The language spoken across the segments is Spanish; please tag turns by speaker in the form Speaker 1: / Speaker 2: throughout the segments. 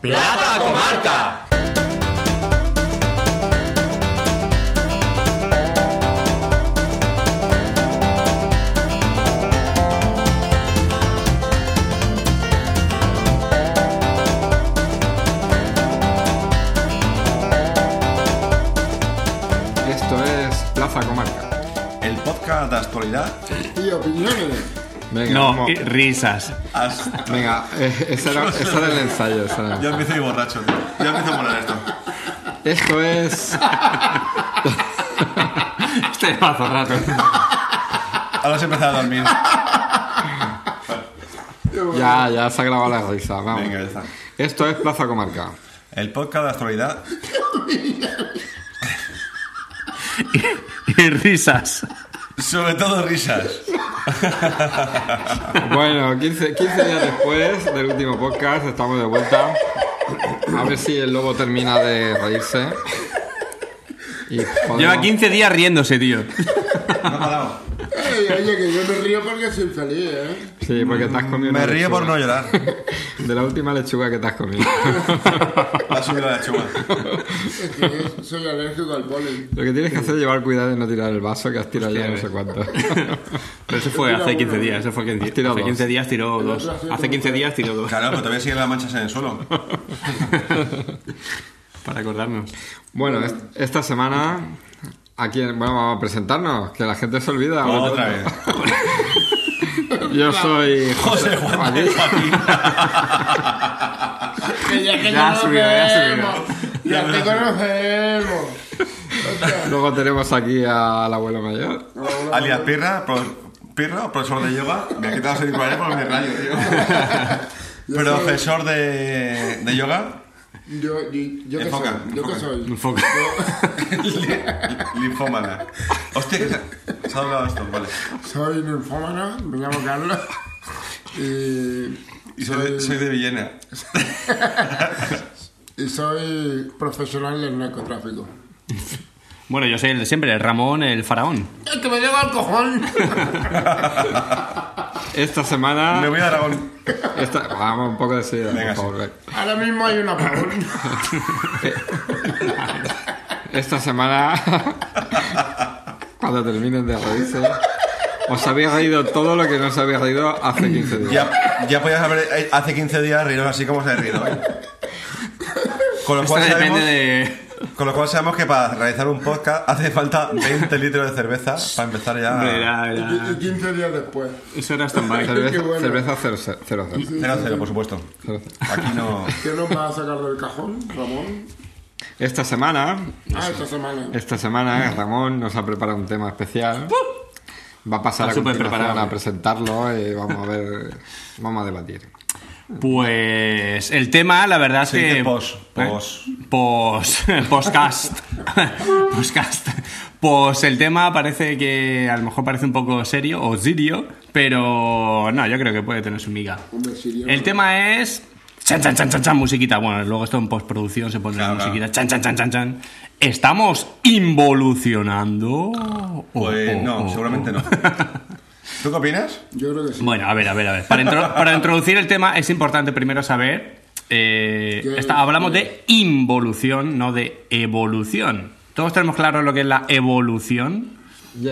Speaker 1: Plata Comarca.
Speaker 2: Esto es Plaza Comarca.
Speaker 3: El podcast de actualidad.
Speaker 4: Y opiniones.
Speaker 2: Venga,
Speaker 5: No,
Speaker 2: vamos.
Speaker 5: y risas.
Speaker 3: as-
Speaker 2: Venga, eh, ese era, ese era el ensayo. ese era.
Speaker 3: Yo empiezo y borracho, tío. Yo empiezo a poner esto.
Speaker 2: Esto es.
Speaker 5: Este mazo rato.
Speaker 3: Ahora se empezado a dormir.
Speaker 2: Ya, ya se ha grabado la risa. Vamos.
Speaker 3: Venga, ya está.
Speaker 2: Esto es Plaza Comarca.
Speaker 3: El podcast de actualidad.
Speaker 5: Y risas.
Speaker 3: Sobre todo risas.
Speaker 2: Bueno, 15, 15 días después del último podcast, estamos de vuelta. A ver si el lobo termina de reírse. Y podemos-
Speaker 5: Lleva 15 días riéndose, tío.
Speaker 3: No ha parado.
Speaker 4: Ey, oye, que yo me río porque soy feliz, ¿eh?
Speaker 2: Sí, porque te has comido.
Speaker 3: Me
Speaker 2: una
Speaker 3: río por no
Speaker 2: lechuga.
Speaker 3: llorar.
Speaker 2: De la última lechuga que te has comido.
Speaker 3: Va a subir la lechuga.
Speaker 4: Es que soy alérgico al polen.
Speaker 2: Lo que tienes que hacer es llevar cuidado de no tirar el vaso que has tirado ya no sé cuánto.
Speaker 5: Pero eso fue hace 15 días. Eso fue 15,
Speaker 2: Has tirado
Speaker 5: hace
Speaker 2: dos.
Speaker 5: 15 días tiró dos. Hace 15 días tiró dos.
Speaker 3: Claro, pero todavía siguen las manchas en el suelo.
Speaker 5: Para acordarnos.
Speaker 2: Bueno, es- esta semana aquí bueno, vamos a presentarnos, que la gente se olvida.
Speaker 3: Otra vez.
Speaker 2: Yo soy
Speaker 3: José Juan de Joaquín.
Speaker 4: Que ya que
Speaker 5: Ya
Speaker 4: nos
Speaker 5: ha subido, ya ha
Speaker 4: vemos. Ya te conocemos.
Speaker 2: Luego tenemos aquí al abuelo mayor.
Speaker 3: Alias Pirra, pro- Pirra, profesor de yoga. Me ha quitado los auriculares por mi rayo, tío. Profesor de, de yoga.
Speaker 4: Yo, yo, yo qué
Speaker 3: Enfoca,
Speaker 4: soy. Yo
Speaker 3: enfoca.
Speaker 4: qué soy.
Speaker 5: Enfoca.
Speaker 3: Li- Linfómana. Hostia, que se, se ha doblado esto, vale.
Speaker 4: Soy ninfómano, me llamo Carlos. Y
Speaker 3: Y soy, de-
Speaker 4: soy,
Speaker 3: soy de Villena.
Speaker 4: y soy profesional del narcotráfico.
Speaker 5: Bueno, yo soy el de siempre, el Ramón, el faraón.
Speaker 4: ¡Es que me lleva al cojón!
Speaker 2: Esta semana.
Speaker 3: Me voy a Aragón.
Speaker 2: esta- vamos un poco de seriedad,
Speaker 3: Venga,
Speaker 2: por favor. Eh,
Speaker 4: Ahora mismo hay una apagón.
Speaker 3: Ah.
Speaker 2: Esta semana. cuando terminen de reírse. Os habéis reído todo lo que no os habéis reído hace 15 días.
Speaker 3: Ya, ya podías haber eh, hace 15 días reído así como se ha reído hoy. Con lo,
Speaker 5: Esto
Speaker 3: cual sabemos,
Speaker 5: depende de.
Speaker 3: con lo cual sabemos que para realizar un podcast hace falta 20 litros de cerveza para empezar ya.
Speaker 2: Ah.
Speaker 5: Hombre,
Speaker 3: a
Speaker 5: era- era-
Speaker 4: Y 15 días después.
Speaker 5: Eso era stand-by.
Speaker 4: Qué
Speaker 2: Cerveza,
Speaker 4: bueno.
Speaker 2: cerveza cero, cero, cero, cero.
Speaker 3: cero, cero, por supuesto. Aquí
Speaker 5: Uh,
Speaker 3: no.
Speaker 4: ¿Qué nos vas a sacar del cajón, Ramón?
Speaker 2: Esta semana
Speaker 4: Ah, esta semana.
Speaker 2: Esta semana Ramón nos ha preparado un tema especial. Va a pasar
Speaker 5: Está
Speaker 2: a
Speaker 5: súper
Speaker 2: continuación
Speaker 5: preparado.
Speaker 2: a presentarlo y vamos a ver, vamos a debatir.
Speaker 5: Pues el tema, la verdad es
Speaker 3: Se dice
Speaker 5: que.
Speaker 3: pos,
Speaker 5: ¿Eh?
Speaker 3: pos.
Speaker 5: Pos. Poscast. Poscast. Pues el tema parece que a lo mejor parece un poco serio o sirio, pero no, yo creo que puede tener su miga.
Speaker 4: Hombre, Sirio.
Speaker 5: El tema es. Chan, chan, chan, chan, chan, musiquita. Bueno, luego esto en postproducción se pone
Speaker 3: Claro,
Speaker 5: la
Speaker 3: claro.
Speaker 5: musiquita. Chan, chan, chan, chan, chan. ¿Estamos involucionando? Oh, O-
Speaker 3: Pues
Speaker 5: o-
Speaker 3: no,
Speaker 5: o-
Speaker 3: seguramente no. ¿Tú qué opinas?
Speaker 4: Yo creo que sí.
Speaker 5: Bueno, a ver, a ver, a ver. Para, intro- para introducir el tema es importante primero saber. eh,
Speaker 4: ¿Qué-
Speaker 5: está- hablamos
Speaker 4: qué
Speaker 5: de involución, no de evolución. ¿Todos tenemos claro lo que es la evolución?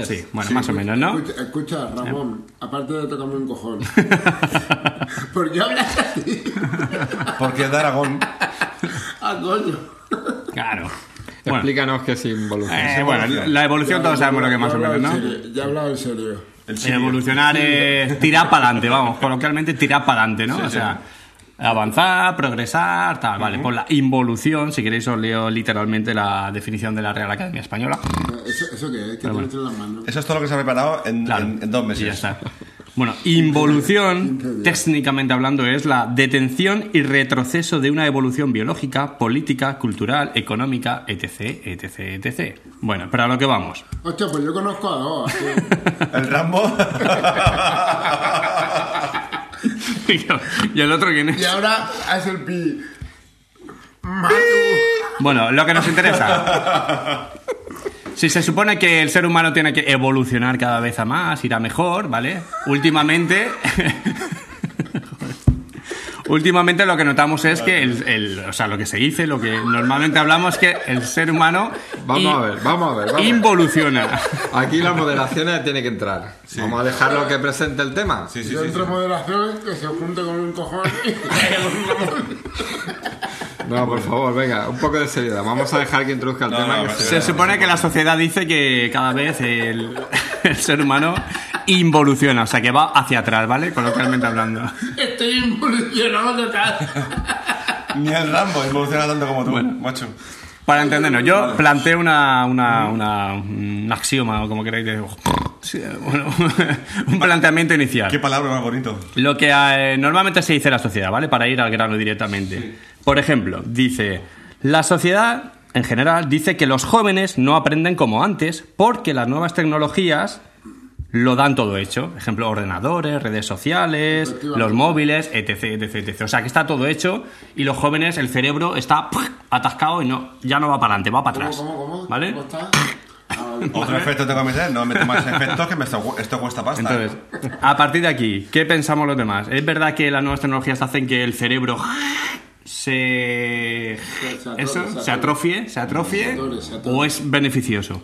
Speaker 5: Sí, bueno, más o menos, ¿no?
Speaker 4: pues,
Speaker 5: Eh.
Speaker 4: Escucha, escucha, Ramón, aparte de tocarme un cojón. ¿Por qué hablas así?
Speaker 3: Porque es de Aragón.
Speaker 4: ah, coño.
Speaker 5: Claro. Bueno,
Speaker 2: Explícanos qué es involución.
Speaker 5: eh, bueno, la evolución todos sabemos lo que más o menos, ¿no?
Speaker 4: Ya he hablado en serio.
Speaker 3: El
Speaker 5: El
Speaker 3: sirio.
Speaker 5: evolucionar es tirar para adelante, vamos, coloquialmente tirar para adelante, ¿no? o sea, avanzar, progresar, tal, vale. Pues la involución, si queréis os leo literalmente la definición de la Real Academia Española.
Speaker 4: ¿Eso, eso qué es? ¿Qué tienes en la mano?
Speaker 3: Eso es todo lo que se ha preparado en,
Speaker 5: Claro.
Speaker 3: en- en dos
Speaker 5: Y ya
Speaker 3: meses.
Speaker 5: está. Bueno, involución,
Speaker 4: Increíble.
Speaker 5: técnicamente hablando, es la detención y retroceso de una evolución biológica, política, cultural, económica, etc., etc., etc. Bueno, pero a lo que vamos.
Speaker 4: Hostia, pues yo conozco a dos. así.
Speaker 3: El Rambo.
Speaker 5: ¿Y el otro quién
Speaker 4: Y
Speaker 5: es?
Speaker 4: ahora es el pi. Manu.
Speaker 5: Bueno, lo que nos interesa. Si se supone que el ser humano tiene que evolucionar cada vez a más, ir a mejor, ¿vale? Últimamente. últimamente lo que notamos es que el, el- o sea, lo que se dice, lo que normalmente hablamos es que el ser humano
Speaker 2: Vamos
Speaker 5: in-
Speaker 2: a ver, vamos a ver. vamos a ver.
Speaker 5: involuciona.
Speaker 2: Aquí la moderación tiene que entrar. Vamos a dejarlo que presente el tema.
Speaker 3: Sí, sí,
Speaker 4: Yo
Speaker 3: sí.
Speaker 4: entro en moderación que se junte con un cojón y
Speaker 2: No, por favor, venga, un poco de seriedad. Vamos a dejar que introduzca el
Speaker 3: No,
Speaker 2: tema.
Speaker 3: no,
Speaker 2: que
Speaker 3: vale,
Speaker 5: Se
Speaker 2: se-
Speaker 5: supone que la sociedad dice que cada vez el, el ser humano involuciona, o sea, que va hacia atrás, ¿vale? Coloquialmente hablando.
Speaker 4: estoy involucionado total.
Speaker 3: Ni el Rambo evoluciona tanto como tú, macho.
Speaker 5: Para entendernos, yo planteo una, una, una- un axioma, o como queráis, de- sí, bueno, un planteamiento inicial.
Speaker 3: Qué palabra más bonito.
Speaker 5: Lo que eh, normalmente se dice en la sociedad, ¿vale? Para ir al grano directamente. Por ejemplo, dice, la sociedad en general dice que los jóvenes no aprenden como antes porque las nuevas tecnologías lo dan todo hecho. Ejemplo, ordenadores, redes sociales, los móviles, etc, etc, etc. O sea, que está todo hecho y los jóvenes, el cerebro está ¡puf! atascado y no, ya no va para adelante, va para
Speaker 4: ¿Cómo,
Speaker 5: atrás.
Speaker 4: cómo, cómo? Pues
Speaker 5: ¿Vale?
Speaker 4: ¿Cómo está? Ah, vale.
Speaker 3: Otro efecto tengo que meter, no meto más efectos que me esto, cu- esto cuesta pasta. ¿eh?
Speaker 5: Entonces, a partir de aquí, ¿qué pensamos los demás? ¿Es verdad que las nuevas tecnologías hacen que el cerebro se,
Speaker 4: se atro-
Speaker 5: eso,
Speaker 4: se
Speaker 5: se atrofie, se atrofie,
Speaker 4: atore, se atore.
Speaker 5: o es beneficioso?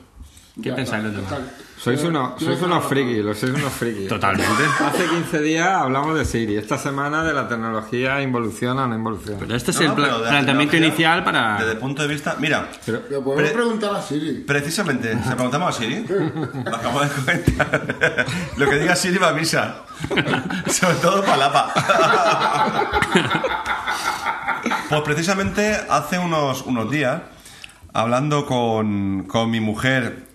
Speaker 5: ¿Qué
Speaker 4: Ya
Speaker 5: pensáis
Speaker 4: está,
Speaker 5: los demás?
Speaker 4: está.
Speaker 2: Sois unos, sois unos frikis, los sois unos frikis.
Speaker 5: Totalmente.
Speaker 2: Hace 15 días hablamos de Siri. Esta semana de la tecnología involuciona o no involuciona.
Speaker 5: Pero este es
Speaker 3: No,
Speaker 5: el
Speaker 3: no,
Speaker 5: pla-
Speaker 3: pero de la
Speaker 5: planteamiento
Speaker 3: tecnología,
Speaker 5: inicial para...
Speaker 3: Desde el punto de vista. Mira,
Speaker 2: Pero-
Speaker 4: Le podemos
Speaker 3: Pre-
Speaker 4: preguntar a Siri.
Speaker 3: precisamente, se lo preguntamos a Siri. Lo acabo de comentar. Lo que diga Siri va a misa. Sobre todo palapa. Pues precisamente hace unos, unos días, hablando con, con mi mujer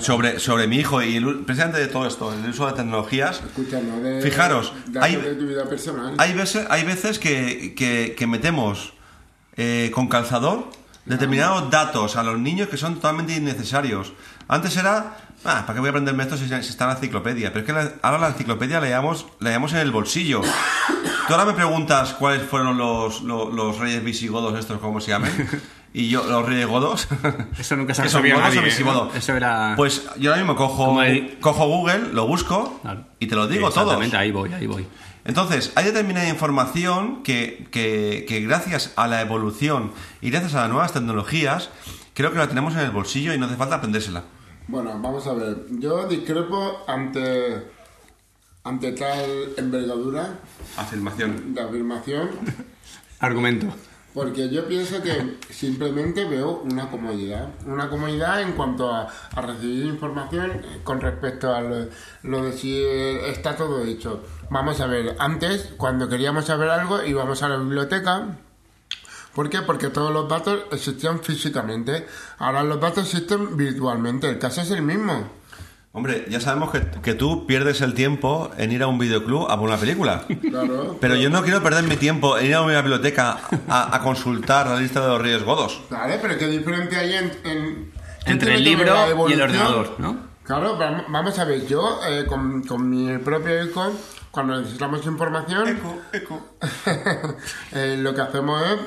Speaker 3: sobre, sobre mi hijo y el u- precisamente de todo esto, el uso de tecnologías.
Speaker 4: Escúchanos de.
Speaker 3: Fijaros,
Speaker 4: de,
Speaker 3: hay-
Speaker 4: de tu vida personal.
Speaker 3: Hay veces, hay veces que, que- que metemos eh, con calzador
Speaker 5: Ah.
Speaker 3: determinados datos a los niños que son totalmente innecesarios. Antes era, ah, ¿para qué voy a aprenderme esto si, si está en la enciclopedia? Pero es que la- ahora la enciclopedia la llevamos, la llevamos en el bolsillo. Tú ahora me preguntas cuáles fueron los, lo- los reyes visigodos estos, ¿cómo se llaman? Y yo, los reyes godos.
Speaker 5: Eso nunca se
Speaker 3: ¿Que
Speaker 5: ha
Speaker 3: son
Speaker 5: sabido
Speaker 3: godos o
Speaker 5: nadie, ¿eh?
Speaker 3: visigodos?
Speaker 5: Eso era-
Speaker 3: Pues yo ahora mismo cojo,
Speaker 5: Como el-
Speaker 3: cojo Google, lo busco
Speaker 5: Claro.
Speaker 3: y te lo digo todo.
Speaker 5: Exactamente, ahí voy, ahí voy.
Speaker 3: Entonces, hay determinada información que, que- que gracias a la evolución y gracias a las nuevas tecnologías, creo que la tenemos en el bolsillo y no hace falta aprendérsela.
Speaker 4: Bueno, vamos a ver. Yo discrepo ante, ante tal envergadura
Speaker 3: Afirmación.
Speaker 4: de afirmación,
Speaker 5: Argumento.
Speaker 4: porque yo pienso que simplemente veo una comodidad. Una comodidad en cuanto a, a recibir información con respecto a lo, lo de si eh, está todo hecho. Vamos a ver, antes, cuando queríamos saber algo, íbamos a la biblioteca. ¿Por qué? Porque todos los datos existían físicamente. Ahora los datos existen virtualmente. El caso es el mismo.
Speaker 3: Hombre, ya sabemos que, que tú pierdes el tiempo en ir a un videoclub a ver una película.
Speaker 4: Claro.
Speaker 3: Pero yo no quiero perder mi tiempo en ir a una biblioteca a, a consultar la lista de los Reyes Godos.
Speaker 4: Claro, pero qué diferencia hay en... en- ¿qué
Speaker 5: Entre
Speaker 4: tiene
Speaker 5: el
Speaker 4: que ver
Speaker 5: libro
Speaker 4: la
Speaker 5: y el
Speaker 4: evolución?
Speaker 5: ordenador, ¿no?
Speaker 4: Claro, vam- vamos a ver, yo eh, con, con mi propio eco, cuando necesitamos información, eh, lo que hacemos es,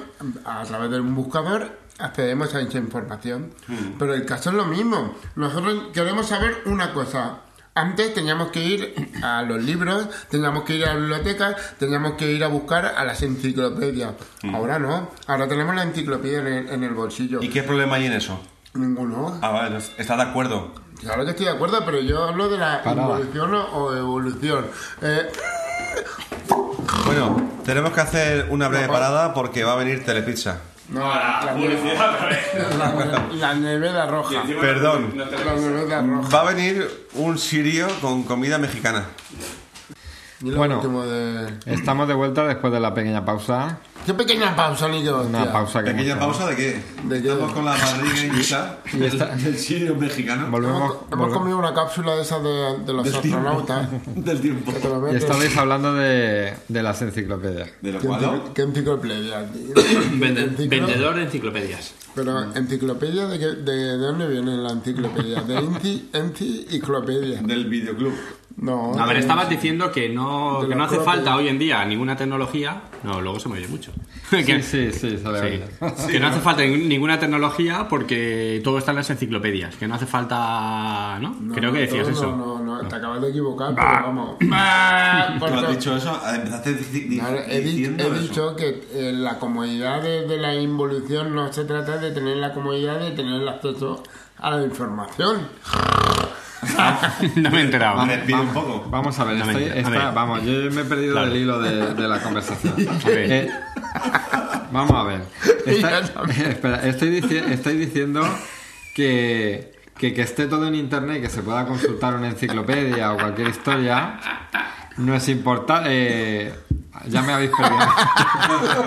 Speaker 4: a través de un buscador, accedemos a esa información.
Speaker 3: Mm.
Speaker 4: Pero el caso es lo mismo. Nosotros queremos saber una cosa. Antes teníamos que ir a los libros, teníamos que ir a las bibliotecas, teníamos que ir a buscar a las enciclopedias. Ahora no, ahora tenemos la enciclopedia en el, en el bolsillo.
Speaker 3: Mm. ¿Y qué problema hay en eso?
Speaker 4: Ninguno.
Speaker 3: Ah, vale, estás de acuerdo.
Speaker 4: Claro que estoy de acuerdo, pero yo hablo de la involución o- o evolución. Eh,
Speaker 3: Bueno, tenemos que hacer una breve parada porque va a venir Telepizza.
Speaker 4: no, la, la, la- la nevera roja.
Speaker 3: Perdón.
Speaker 4: La nevera roja.
Speaker 3: Va a venir un sirio con comida mexicana.
Speaker 4: Y lo
Speaker 2: Bueno.
Speaker 4: último de...
Speaker 2: Estamos de vuelta después de la pequeña pausa.
Speaker 4: Qué pequeña pausa, ni que
Speaker 2: Una
Speaker 4: hostia.
Speaker 2: pausa que
Speaker 3: ¿Pequeña
Speaker 2: hemos-
Speaker 3: pausa de qué?
Speaker 4: ¿De qué?
Speaker 3: Estamos con la madrigueñita
Speaker 2: Y esta-
Speaker 6: El sirio mexicano
Speaker 2: Volvemos.
Speaker 4: Hemos, hemos
Speaker 2: volvemos.
Speaker 4: comido una cápsula de esas de, de los
Speaker 6: Del tiempo.
Speaker 4: astronautas.
Speaker 6: del tiempo.
Speaker 4: Que te lo
Speaker 2: Y
Speaker 4: metes.
Speaker 2: estabais hablando de, de las enciclopedias.
Speaker 6: De lo
Speaker 4: ¿Qué
Speaker 6: cual.
Speaker 4: enciclo- ¿Qué enciclopedia? tío? Enciclo-
Speaker 5: vendedor de enciclopedias.
Speaker 4: Pero, ¿enciclopedia de, qué- de, de dónde viene la enciclopedia? De enti, enciclopedia.
Speaker 6: Del videoclub.
Speaker 4: No.
Speaker 5: A ver,
Speaker 4: de-
Speaker 5: estabas diciendo que no, que
Speaker 4: de la
Speaker 5: no hace
Speaker 4: propia-
Speaker 5: falta hoy en día ninguna tecnología. No, luego se me oye mucho.
Speaker 2: Sí,
Speaker 5: Que-
Speaker 2: sí, sí, se le
Speaker 5: Sí.
Speaker 2: oye.
Speaker 5: que no hace falta ningún- ninguna tecnología porque todo está en las enciclopedias. Que no hace falta. ¿No?
Speaker 4: No,
Speaker 5: Creo que decías
Speaker 4: todo
Speaker 5: eso.
Speaker 4: No, no, no no, te acabas de equivocar, pero vamos. Bah, por
Speaker 7: Tú has
Speaker 4: todo.
Speaker 7: dicho eso, ah, empezaste dic- dic-
Speaker 4: Claro, he, dicho,
Speaker 7: diciendo
Speaker 4: he
Speaker 7: eso.
Speaker 4: dicho que eh, la comodidad de, de la involución no se trata de tener la comodidad de tener el acceso a la información.
Speaker 5: no me he enterado.
Speaker 3: Vale, pide un poco.
Speaker 2: Vamos a ver, estoy-
Speaker 5: mentira, a
Speaker 2: esta-
Speaker 5: ver.
Speaker 2: vamos, yo me he perdido
Speaker 5: Claro.
Speaker 2: del hilo de, de la conversación.
Speaker 5: ver.
Speaker 2: Eh, vamos a ver. Está- eh,
Speaker 4: Ya no.
Speaker 2: espera, estoy, dici- estoy diciendo que, que que esté todo en internet, que se pueda consultar una enciclopedia o cualquier historia, no es importante. ya me habéis perdido.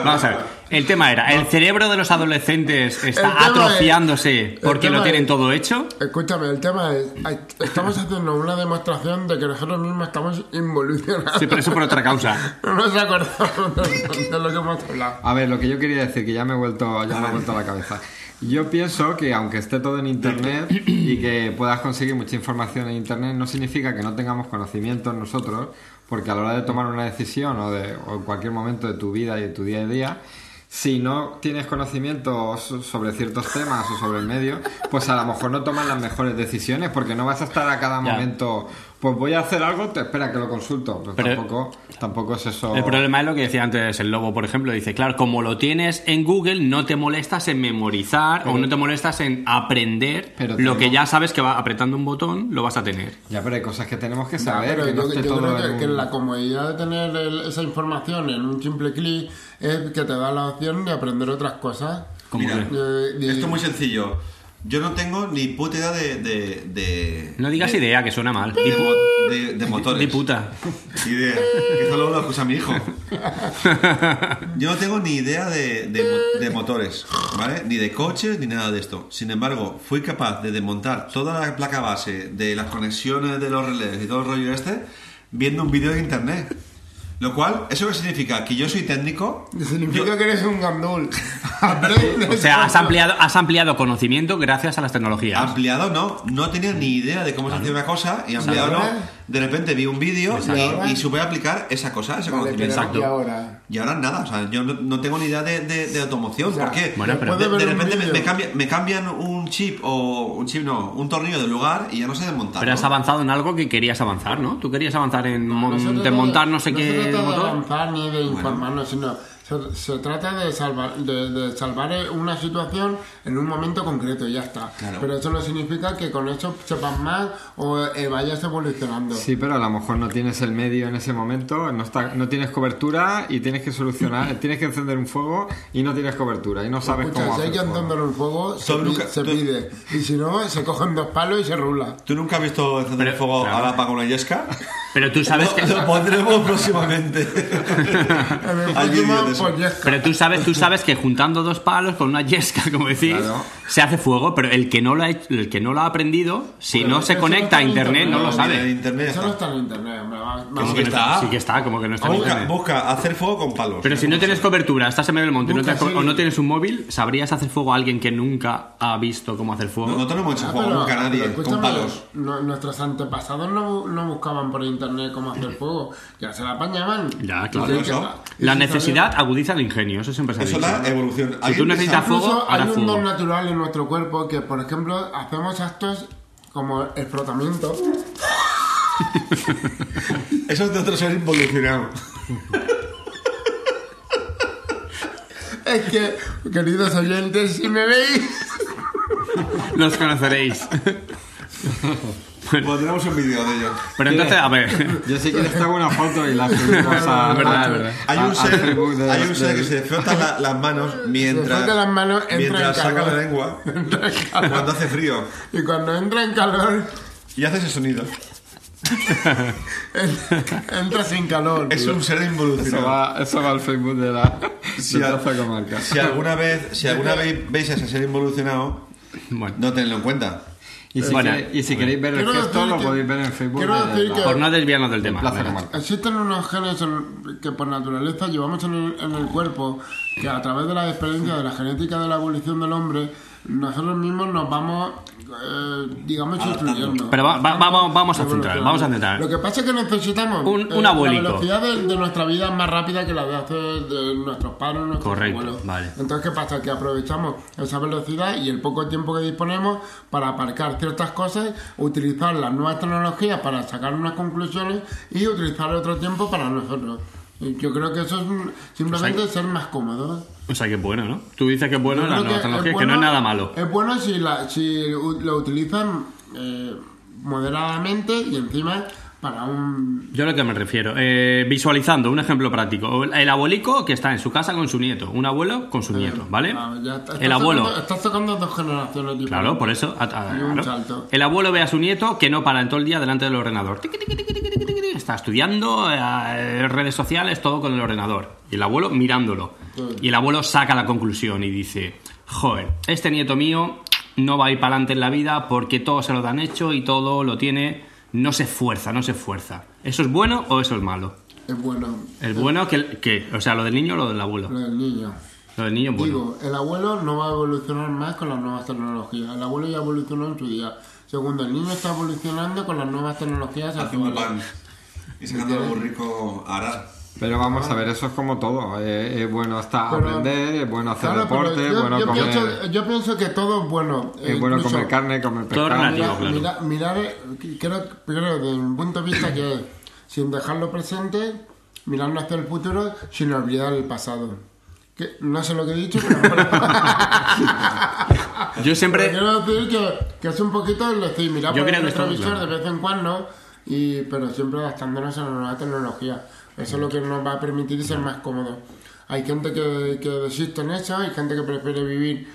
Speaker 5: Vamos a ver. El tema era, ¿el cerebro de los adolescentes
Speaker 4: El
Speaker 5: está
Speaker 4: tema
Speaker 5: atrofiándose
Speaker 4: es-
Speaker 5: porque
Speaker 4: el tema
Speaker 5: lo tienen
Speaker 4: es-
Speaker 5: todo hecho?
Speaker 4: Escúchame, el tema es, ay, estamos haciendo una demostración de que nosotros mismos estamos involucionados.
Speaker 5: Sí, pero eso por otra causa.
Speaker 4: No nos acordamos de, de lo que hemos hablado.
Speaker 2: A ver, lo que yo quería decir, que ya me he vuelto, ya me he vuelto la cabeza. Yo pienso que aunque esté todo en internet y que puedas conseguir mucha información en internet, no significa que no tengamos conocimientos nosotros, porque a la hora de tomar una decisión o, de, o en cualquier momento de tu vida y de tu día a día, si no tienes conocimientos sobre ciertos temas o sobre el medio, pues a lo mejor no tomas las mejores decisiones, porque no vas a estar a cada
Speaker 5: Ya.
Speaker 2: momento, pues voy a hacer algo, te espera que lo consulto. Pues
Speaker 5: Pero-
Speaker 2: tampoco, tampoco es eso.
Speaker 5: El problema es lo que decía antes el lobo, por ejemplo. Dice, claro, como lo tienes en Google, no te molestas en memorizar o no te molestas en aprender
Speaker 2: Pero
Speaker 5: lo
Speaker 2: tenemos-
Speaker 5: que ya sabes que va apretando un botón, lo vas a tener.
Speaker 2: Ya, pero hay cosas que tenemos que
Speaker 4: Ya,
Speaker 2: saber,
Speaker 4: pero
Speaker 2: que no
Speaker 4: yo,
Speaker 2: esté
Speaker 4: yo
Speaker 2: todo
Speaker 4: creo que,
Speaker 2: en
Speaker 4: que
Speaker 2: un-
Speaker 4: la comodidad de tener el- esa información en un simple clic es que te da la opción de aprender otras cosas.
Speaker 5: Como
Speaker 3: Mira,
Speaker 5: que-
Speaker 4: Eh, y-
Speaker 3: Esto es muy sencillo. Yo no tengo ni puta idea de. de, de
Speaker 5: No digas
Speaker 3: de-
Speaker 5: idea, que suena mal.
Speaker 3: De, mo- de- de motores.
Speaker 5: Ni puta.
Speaker 3: Idea. Que eso luego lo acusa mi hijo. Yo no tengo ni idea de, de mo- de motores, ¿vale? Ni de coches, ni nada de esto. Sin embargo, fui capaz de desmontar toda la placa base de las conexiones de los relés y todo el rollo este viendo un vídeo de internet. Lo cual, ¿eso qué significa? Que yo soy técnico.
Speaker 4: Significa
Speaker 3: Yo-
Speaker 4: que eres un gandul. Aprende.
Speaker 5: O sea, has ampliado, has ampliado conocimiento gracias a las tecnologías.
Speaker 3: Ampliado no, no tenía ni idea de cómo se hacía una cosa y ampliado no,
Speaker 4: ahora?
Speaker 3: de repente vi un vídeo y-
Speaker 4: Exacto.
Speaker 3: y, supe aplicar esa cosa, ese
Speaker 4: Vale, pero
Speaker 3: conocimiento.
Speaker 4: ¿y ahora?
Speaker 3: Y ahora nada, o sea, yo no, no tengo ni idea de, de- de automoción,
Speaker 4: O sea,
Speaker 3: ¿por qué?
Speaker 5: Bueno, pero-
Speaker 3: de,
Speaker 4: después
Speaker 3: de
Speaker 4: de ver un
Speaker 3: repente me,
Speaker 4: vídeo.
Speaker 3: me cambia- me cambian un chip o un chip no, un tornillo de lugar y ya no sé desmontar.
Speaker 5: Pero has avanzado en algo que querías avanzar, ¿no? Tú querías avanzar en mon-
Speaker 4: No se trata
Speaker 5: desmontar
Speaker 4: de-
Speaker 5: no sé
Speaker 4: se
Speaker 5: qué
Speaker 4: trata de
Speaker 5: motor.
Speaker 4: avanzar ni de informarnos, sino se, se trata de salvar, de, de salvar una situación en un momento concreto y ya está.
Speaker 3: Claro.
Speaker 4: Pero eso no significa que con eso sepas más o eh, vayas evolucionando.
Speaker 2: Sí, pero a lo mejor no tienes el medio en ese momento, no, está, no tienes cobertura y tienes que solucionar, tienes que encender un fuego y no tienes cobertura y no sabes
Speaker 4: Escucha,
Speaker 2: cómo
Speaker 4: si hay que
Speaker 2: hacer fuego.
Speaker 4: encender un fuego, se,
Speaker 3: Tú
Speaker 4: pi-
Speaker 3: nunca-
Speaker 4: se
Speaker 3: tú-
Speaker 4: pide. Y si no, se cogen dos palos y se rula.
Speaker 3: ¿Tú nunca has visto encender
Speaker 5: Pero-
Speaker 3: fuego
Speaker 5: claro.
Speaker 3: a la paga una yesca?
Speaker 5: Pero tú sabes que...
Speaker 3: Lo, lo pondremos próximamente.
Speaker 4: En el
Speaker 3: Hay
Speaker 4: próximo,
Speaker 3: vídeos de eso.
Speaker 4: pues ya está.
Speaker 5: Pero tú sabes, tú sabes que juntando dos palos con una yesca, como decís,
Speaker 2: Claro.
Speaker 5: se hace fuego, pero el que no lo ha, hecho- el que no lo ha aprendido, si
Speaker 4: Pero
Speaker 5: no se
Speaker 4: eso
Speaker 5: conecta a
Speaker 4: está en
Speaker 5: internet, no lo
Speaker 4: internet.
Speaker 3: Mira, En
Speaker 5: sabe.
Speaker 3: internet ya
Speaker 4: Eso no
Speaker 3: está.
Speaker 4: está en internet, hombre. va-
Speaker 3: sí
Speaker 4: Vamos,
Speaker 3: que está.
Speaker 5: Sí que está, como que no está en
Speaker 3: Busca,
Speaker 5: internet.
Speaker 3: busca hacer fuego con palos. ¿eh?
Speaker 5: Pero si no tienes cobertura, estás en medio del monte y no
Speaker 4: Busca,
Speaker 5: te has co-
Speaker 4: sí.
Speaker 5: o no tienes un móvil, ¿sabrías hacer fuego a alguien que nunca ha visto cómo hacer fuego?
Speaker 3: No, no tenemos hecho
Speaker 4: Ah,
Speaker 3: fuego
Speaker 4: pero-
Speaker 3: nunca a
Speaker 4: pero
Speaker 3: nadie, con
Speaker 4: escúchame,
Speaker 3: palos.
Speaker 4: no- nuestros antepasados no, no buscaban por internet cómo hacer fuego, ya se la apañaban.
Speaker 5: Ya,
Speaker 4: Y
Speaker 5: claro,
Speaker 4: tienen
Speaker 3: eso.
Speaker 4: que-
Speaker 5: La
Speaker 4: y si
Speaker 5: necesidad agudiza el ingenio, eso siempre se ha
Speaker 3: Eso es
Speaker 5: dicho.
Speaker 3: la evolución.
Speaker 5: Si tú
Speaker 3: Alguien
Speaker 5: necesitas
Speaker 3: pensaba-
Speaker 5: fuego,
Speaker 4: Incluso hay
Speaker 5: hará
Speaker 4: un
Speaker 5: fuego.
Speaker 4: don natural en nuestro cuerpo que, por ejemplo, hacemos actos como el frotamiento.
Speaker 3: Eso es de otro ser involucionado.
Speaker 4: Es que, queridos oyentes, si me veis,
Speaker 5: Los conoceréis.
Speaker 3: Pondremos un vídeo de ello.
Speaker 5: Pero entonces, a ver.
Speaker 2: Yo sí que les hago una foto y la subimos a,
Speaker 4: Es verdad,
Speaker 2: a-
Speaker 4: es verdad.
Speaker 3: Hay
Speaker 2: a-
Speaker 3: un
Speaker 2: al
Speaker 3: ser,
Speaker 2: Facebook de-
Speaker 3: hay un ser que
Speaker 2: del-
Speaker 3: se frota la- las manos
Speaker 4: Se
Speaker 3: mientras,
Speaker 4: frota las manos, entra
Speaker 3: mientras
Speaker 4: en
Speaker 3: saca
Speaker 4: calor.
Speaker 3: la lengua cuando hace frío
Speaker 4: y cuando entra en calor,
Speaker 3: y hace ese sonido.
Speaker 4: en- entra sin calor.
Speaker 3: Es un ser
Speaker 2: Eso
Speaker 3: involucionado.
Speaker 2: va, eso va al Facebook de la
Speaker 3: Si,
Speaker 2: de
Speaker 3: a-
Speaker 2: Plaza Comarca.
Speaker 3: si alguna vez, si alguna vez veis a ese ser involucionado,
Speaker 5: Bueno.
Speaker 3: no tenedlo en cuenta.
Speaker 2: Y si,
Speaker 5: Bueno,
Speaker 2: queréis- y si queréis ver el
Speaker 4: Quiero
Speaker 2: gesto,
Speaker 4: decir
Speaker 2: lo
Speaker 4: que-
Speaker 2: podéis ver en Facebook
Speaker 4: quiero
Speaker 2: de
Speaker 4: decir
Speaker 2: la
Speaker 4: que-
Speaker 5: Por no desviarnos del tema.
Speaker 2: Plaza
Speaker 5: venga.
Speaker 2: Comarca.
Speaker 4: Existen unos genes en- que por naturaleza llevamos en el, en el cuerpo que a través de la experiencia de la genética de la evolución del hombre nosotros mismos nos vamos, eh, digamos,
Speaker 3: Adaptando.
Speaker 4: incluyendo.
Speaker 5: Pero va- va- vamos- vamos a centrar,
Speaker 4: Evolucionando.
Speaker 5: vamos a centrar.
Speaker 4: Lo que pasa es que necesitamos eh,
Speaker 5: Un- un abuelito.
Speaker 4: La velocidad de, de nuestra vida es más rápida que la de hace de nuestros padres, nuestros
Speaker 5: Correcto,
Speaker 4: abuelos.
Speaker 5: vale.
Speaker 4: Entonces, ¿qué pasa? Que aprovechamos esa velocidad y el poco tiempo que disponemos para aparcar ciertas cosas, utilizar las nuevas tecnologías para sacar unas conclusiones y utilizar otro tiempo para nosotros. Y Yo creo que eso es un- simplemente
Speaker 5: Pues
Speaker 4: ser más cómodos.
Speaker 5: O sea, que es bueno, ¿no? Tú dices que es bueno
Speaker 4: Yo
Speaker 5: la
Speaker 4: creo
Speaker 5: nueva
Speaker 4: que
Speaker 5: tecnología,
Speaker 4: es
Speaker 5: que no es
Speaker 4: bueno-
Speaker 5: nada malo.
Speaker 4: Es bueno si, la, si u- lo utilizan eh, moderadamente y encima para un...
Speaker 5: Yo a lo que me refiero, eh, visualizando un ejemplo práctico. El abuelico que está en su casa con su nieto, un abuelo con su nieto, ¿vale?
Speaker 4: Ah, ya está- estás
Speaker 5: El abuelo.
Speaker 4: tocando- estás tocando dos generaciones diferentes.
Speaker 5: Claro, por eso. a- a-
Speaker 4: Y un
Speaker 5: claro.
Speaker 4: salto.
Speaker 5: El abuelo ve a su nieto que no para en todo el día delante del ordenador. Tiqui, tiqui, tiqui, tiqui, tiqui, tiqui, tiqui. Está estudiando, eh, redes sociales, todo con el ordenador. Y el abuelo mirándolo. Y el abuelo saca la conclusión y dice: Joder, este nieto mío no va a ir para adelante en la vida porque todo se lo dan hecho y todo lo tiene. No se esfuerza, no se esfuerza. ¿Eso es bueno o eso es malo?
Speaker 4: Es bueno.
Speaker 5: El bueno que, que- o sea, lo del niño o lo del abuelo.
Speaker 4: Lo del niño.
Speaker 5: Lo del niño, bueno.
Speaker 4: Digo, el abuelo no va a evolucionar más con las nuevas tecnologías. El abuelo ya evolucionó en su día. Segundo, el niño está evolucionando con las nuevas tecnologías.
Speaker 3: Haciendo pan
Speaker 4: actuales.
Speaker 3: y sacando algo rico a arar.
Speaker 2: Pero vamos a ver, eso es como todo. eh, es bueno hasta
Speaker 4: Ah. Pero-
Speaker 2: aprender, es bueno hacer
Speaker 4: Claro, pero
Speaker 2: deporte, es
Speaker 4: yo,
Speaker 2: bueno
Speaker 4: yo
Speaker 2: comer.
Speaker 4: pienso, yo pienso que todo es bueno. eh,
Speaker 2: Es bueno
Speaker 4: incluso-
Speaker 2: comer carne, comer
Speaker 5: Todo
Speaker 2: pescado.
Speaker 5: relativo.
Speaker 4: Mira-
Speaker 5: claro.
Speaker 4: mira- mirar, eh, creo, creo desde un punto de vista que es, sin dejarlo presente, mirando hacia el futuro, sin olvidar el pasado. Que, no sé lo que he dicho, pero,
Speaker 5: Yo siempre.
Speaker 4: pero quiero decir que, que es un poquito el decir, mirar
Speaker 5: Yo
Speaker 4: por
Speaker 5: creo
Speaker 4: el
Speaker 5: que está muy
Speaker 4: retrovisor
Speaker 5: claro.
Speaker 4: de vez en cuando, y, pero siempre adaptándonos a la nueva tecnología. Eso es lo que nos va a permitir ser más cómodos. Hay gente que, que desiste en eso, hay gente que prefiere vivir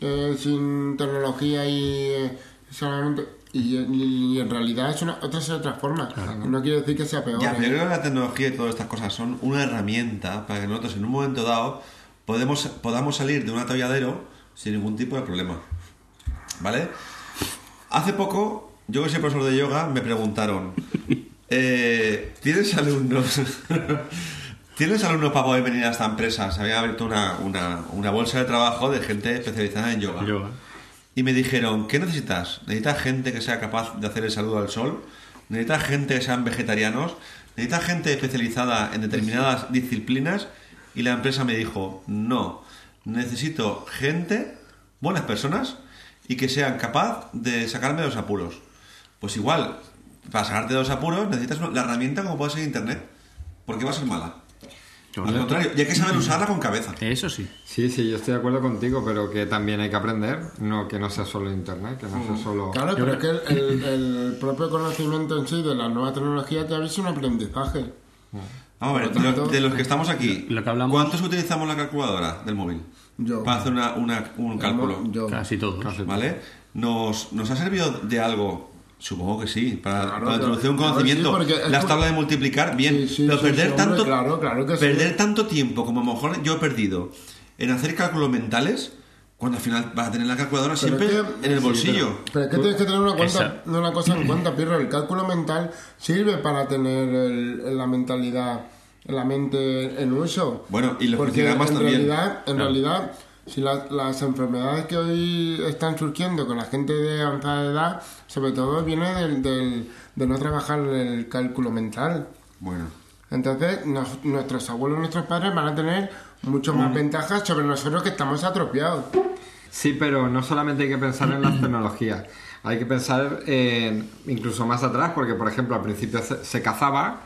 Speaker 4: eh, sin tecnología y eh, solamente... Y, y- y en realidad es una, otra se transforma. No quiere decir que sea peor.
Speaker 3: Ya,
Speaker 4: ¿eh?
Speaker 3: pero yo creo que la tecnología y todas estas cosas son una herramienta para que nosotros en un momento dado podemos, podamos salir de un atolladero sin ningún tipo de problema. ¿Vale? Hace poco, yo que soy profesor de yoga, me preguntaron, eh, ¿tienes alumnos? ¿Tienes alumnos para poder venir a esta empresa? Se había abierto una, una- una bolsa de trabajo de gente especializada en yoga.
Speaker 5: Yo,
Speaker 3: Y me dijeron, ¿qué necesitas? ¿Necesitas gente que sea capaz de hacer el saludo al sol? ¿Necesitas gente que sean vegetarianos? ¿Necesitas gente especializada en determinadas disciplinas? Y la empresa me dijo, no, necesito gente, buenas personas, y que sean capaz de sacarme de los apuros. Pues igual, para sacarte de los apuros necesitas una- la herramienta como puede ser Internet, porque va a ser mala.
Speaker 5: yo-
Speaker 3: Al contrario, y hay que saber usarla con cabeza.
Speaker 5: Eso sí.
Speaker 2: Sí, sí, yo estoy de acuerdo contigo, pero que también hay que aprender, no que no sea solo internet, que no sea solo...
Speaker 4: Mm. Claro, pero es que el, el- el propio conocimiento en sí de la nueva tecnología te es un aprendizaje.
Speaker 3: Vamos a ver,
Speaker 4: Por lo
Speaker 3: de los-
Speaker 4: tanto,
Speaker 3: de los que estamos aquí,
Speaker 5: lo que hablamos-
Speaker 3: ¿cuántos utilizamos la calculadora del móvil?
Speaker 4: Yo.
Speaker 3: Para hacer una- una- un cálculo.
Speaker 4: Yo-
Speaker 5: Casi todos.
Speaker 3: ¿Vale? ¿Nos, ¿Nos ha servido de algo? Supongo que sí, para,
Speaker 4: Claro,
Speaker 3: para introducir un
Speaker 4: claro,
Speaker 3: conocimiento.
Speaker 4: sí, porque es
Speaker 3: Las
Speaker 4: por-
Speaker 3: tablas de multiplicar, bien.
Speaker 4: Sí, sí,
Speaker 3: pero
Speaker 4: sí,
Speaker 3: perder
Speaker 4: sí, hombre,
Speaker 3: tanto
Speaker 4: claro, claro que sí.
Speaker 3: perder tanto tiempo como a lo mejor yo he perdido en hacer cálculos mentales, cuando al final vas a tener la calculadora
Speaker 4: Pero
Speaker 3: siempre
Speaker 4: es que-
Speaker 3: en el
Speaker 4: sí,
Speaker 3: bolsillo.
Speaker 4: pero- pero es que tienes que tener una, cuenta,
Speaker 5: Exacto.
Speaker 4: una cosa en cuenta, Pirro. El cálculo mental sirve para tener el- la mentalidad, la mente en uso.
Speaker 3: Bueno, y los
Speaker 4: Porque en
Speaker 3: programas también.
Speaker 4: realidad, en realidad, si la- las enfermedades que hoy están surgiendo con la gente de avanzada edad, sobre todo viene del, del- de no trabajar el cálculo mental.
Speaker 3: Bueno,
Speaker 4: Entonces, nos- nuestros abuelos, nuestros padres van a tener mucho más ventajas sobre nosotros que estamos atropeados.
Speaker 2: Sí, pero no solamente hay que pensar en las tecnologías, hay que pensar en- incluso más atrás, porque por ejemplo al principio se, se cazaba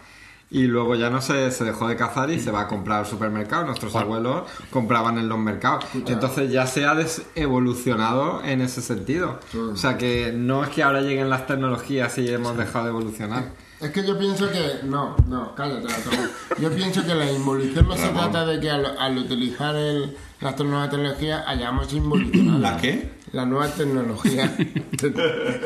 Speaker 2: y luego ya no se, se dejó de cazar y se va a comprar al supermercado. Nuestros abuelos compraban en los mercados. Entonces ya se ha des- evolucionado en ese sentido. O sea que no es que ahora lleguen las tecnologías y hemos dejado de evolucionar.
Speaker 4: Es que yo pienso que. No, no, cállate, Ramón. Yo pienso que la involución no se trata de que al, al utilizar el, las nuevas tecnologías hayamos involucionado.
Speaker 3: ¿La qué?
Speaker 4: La nueva tecnología.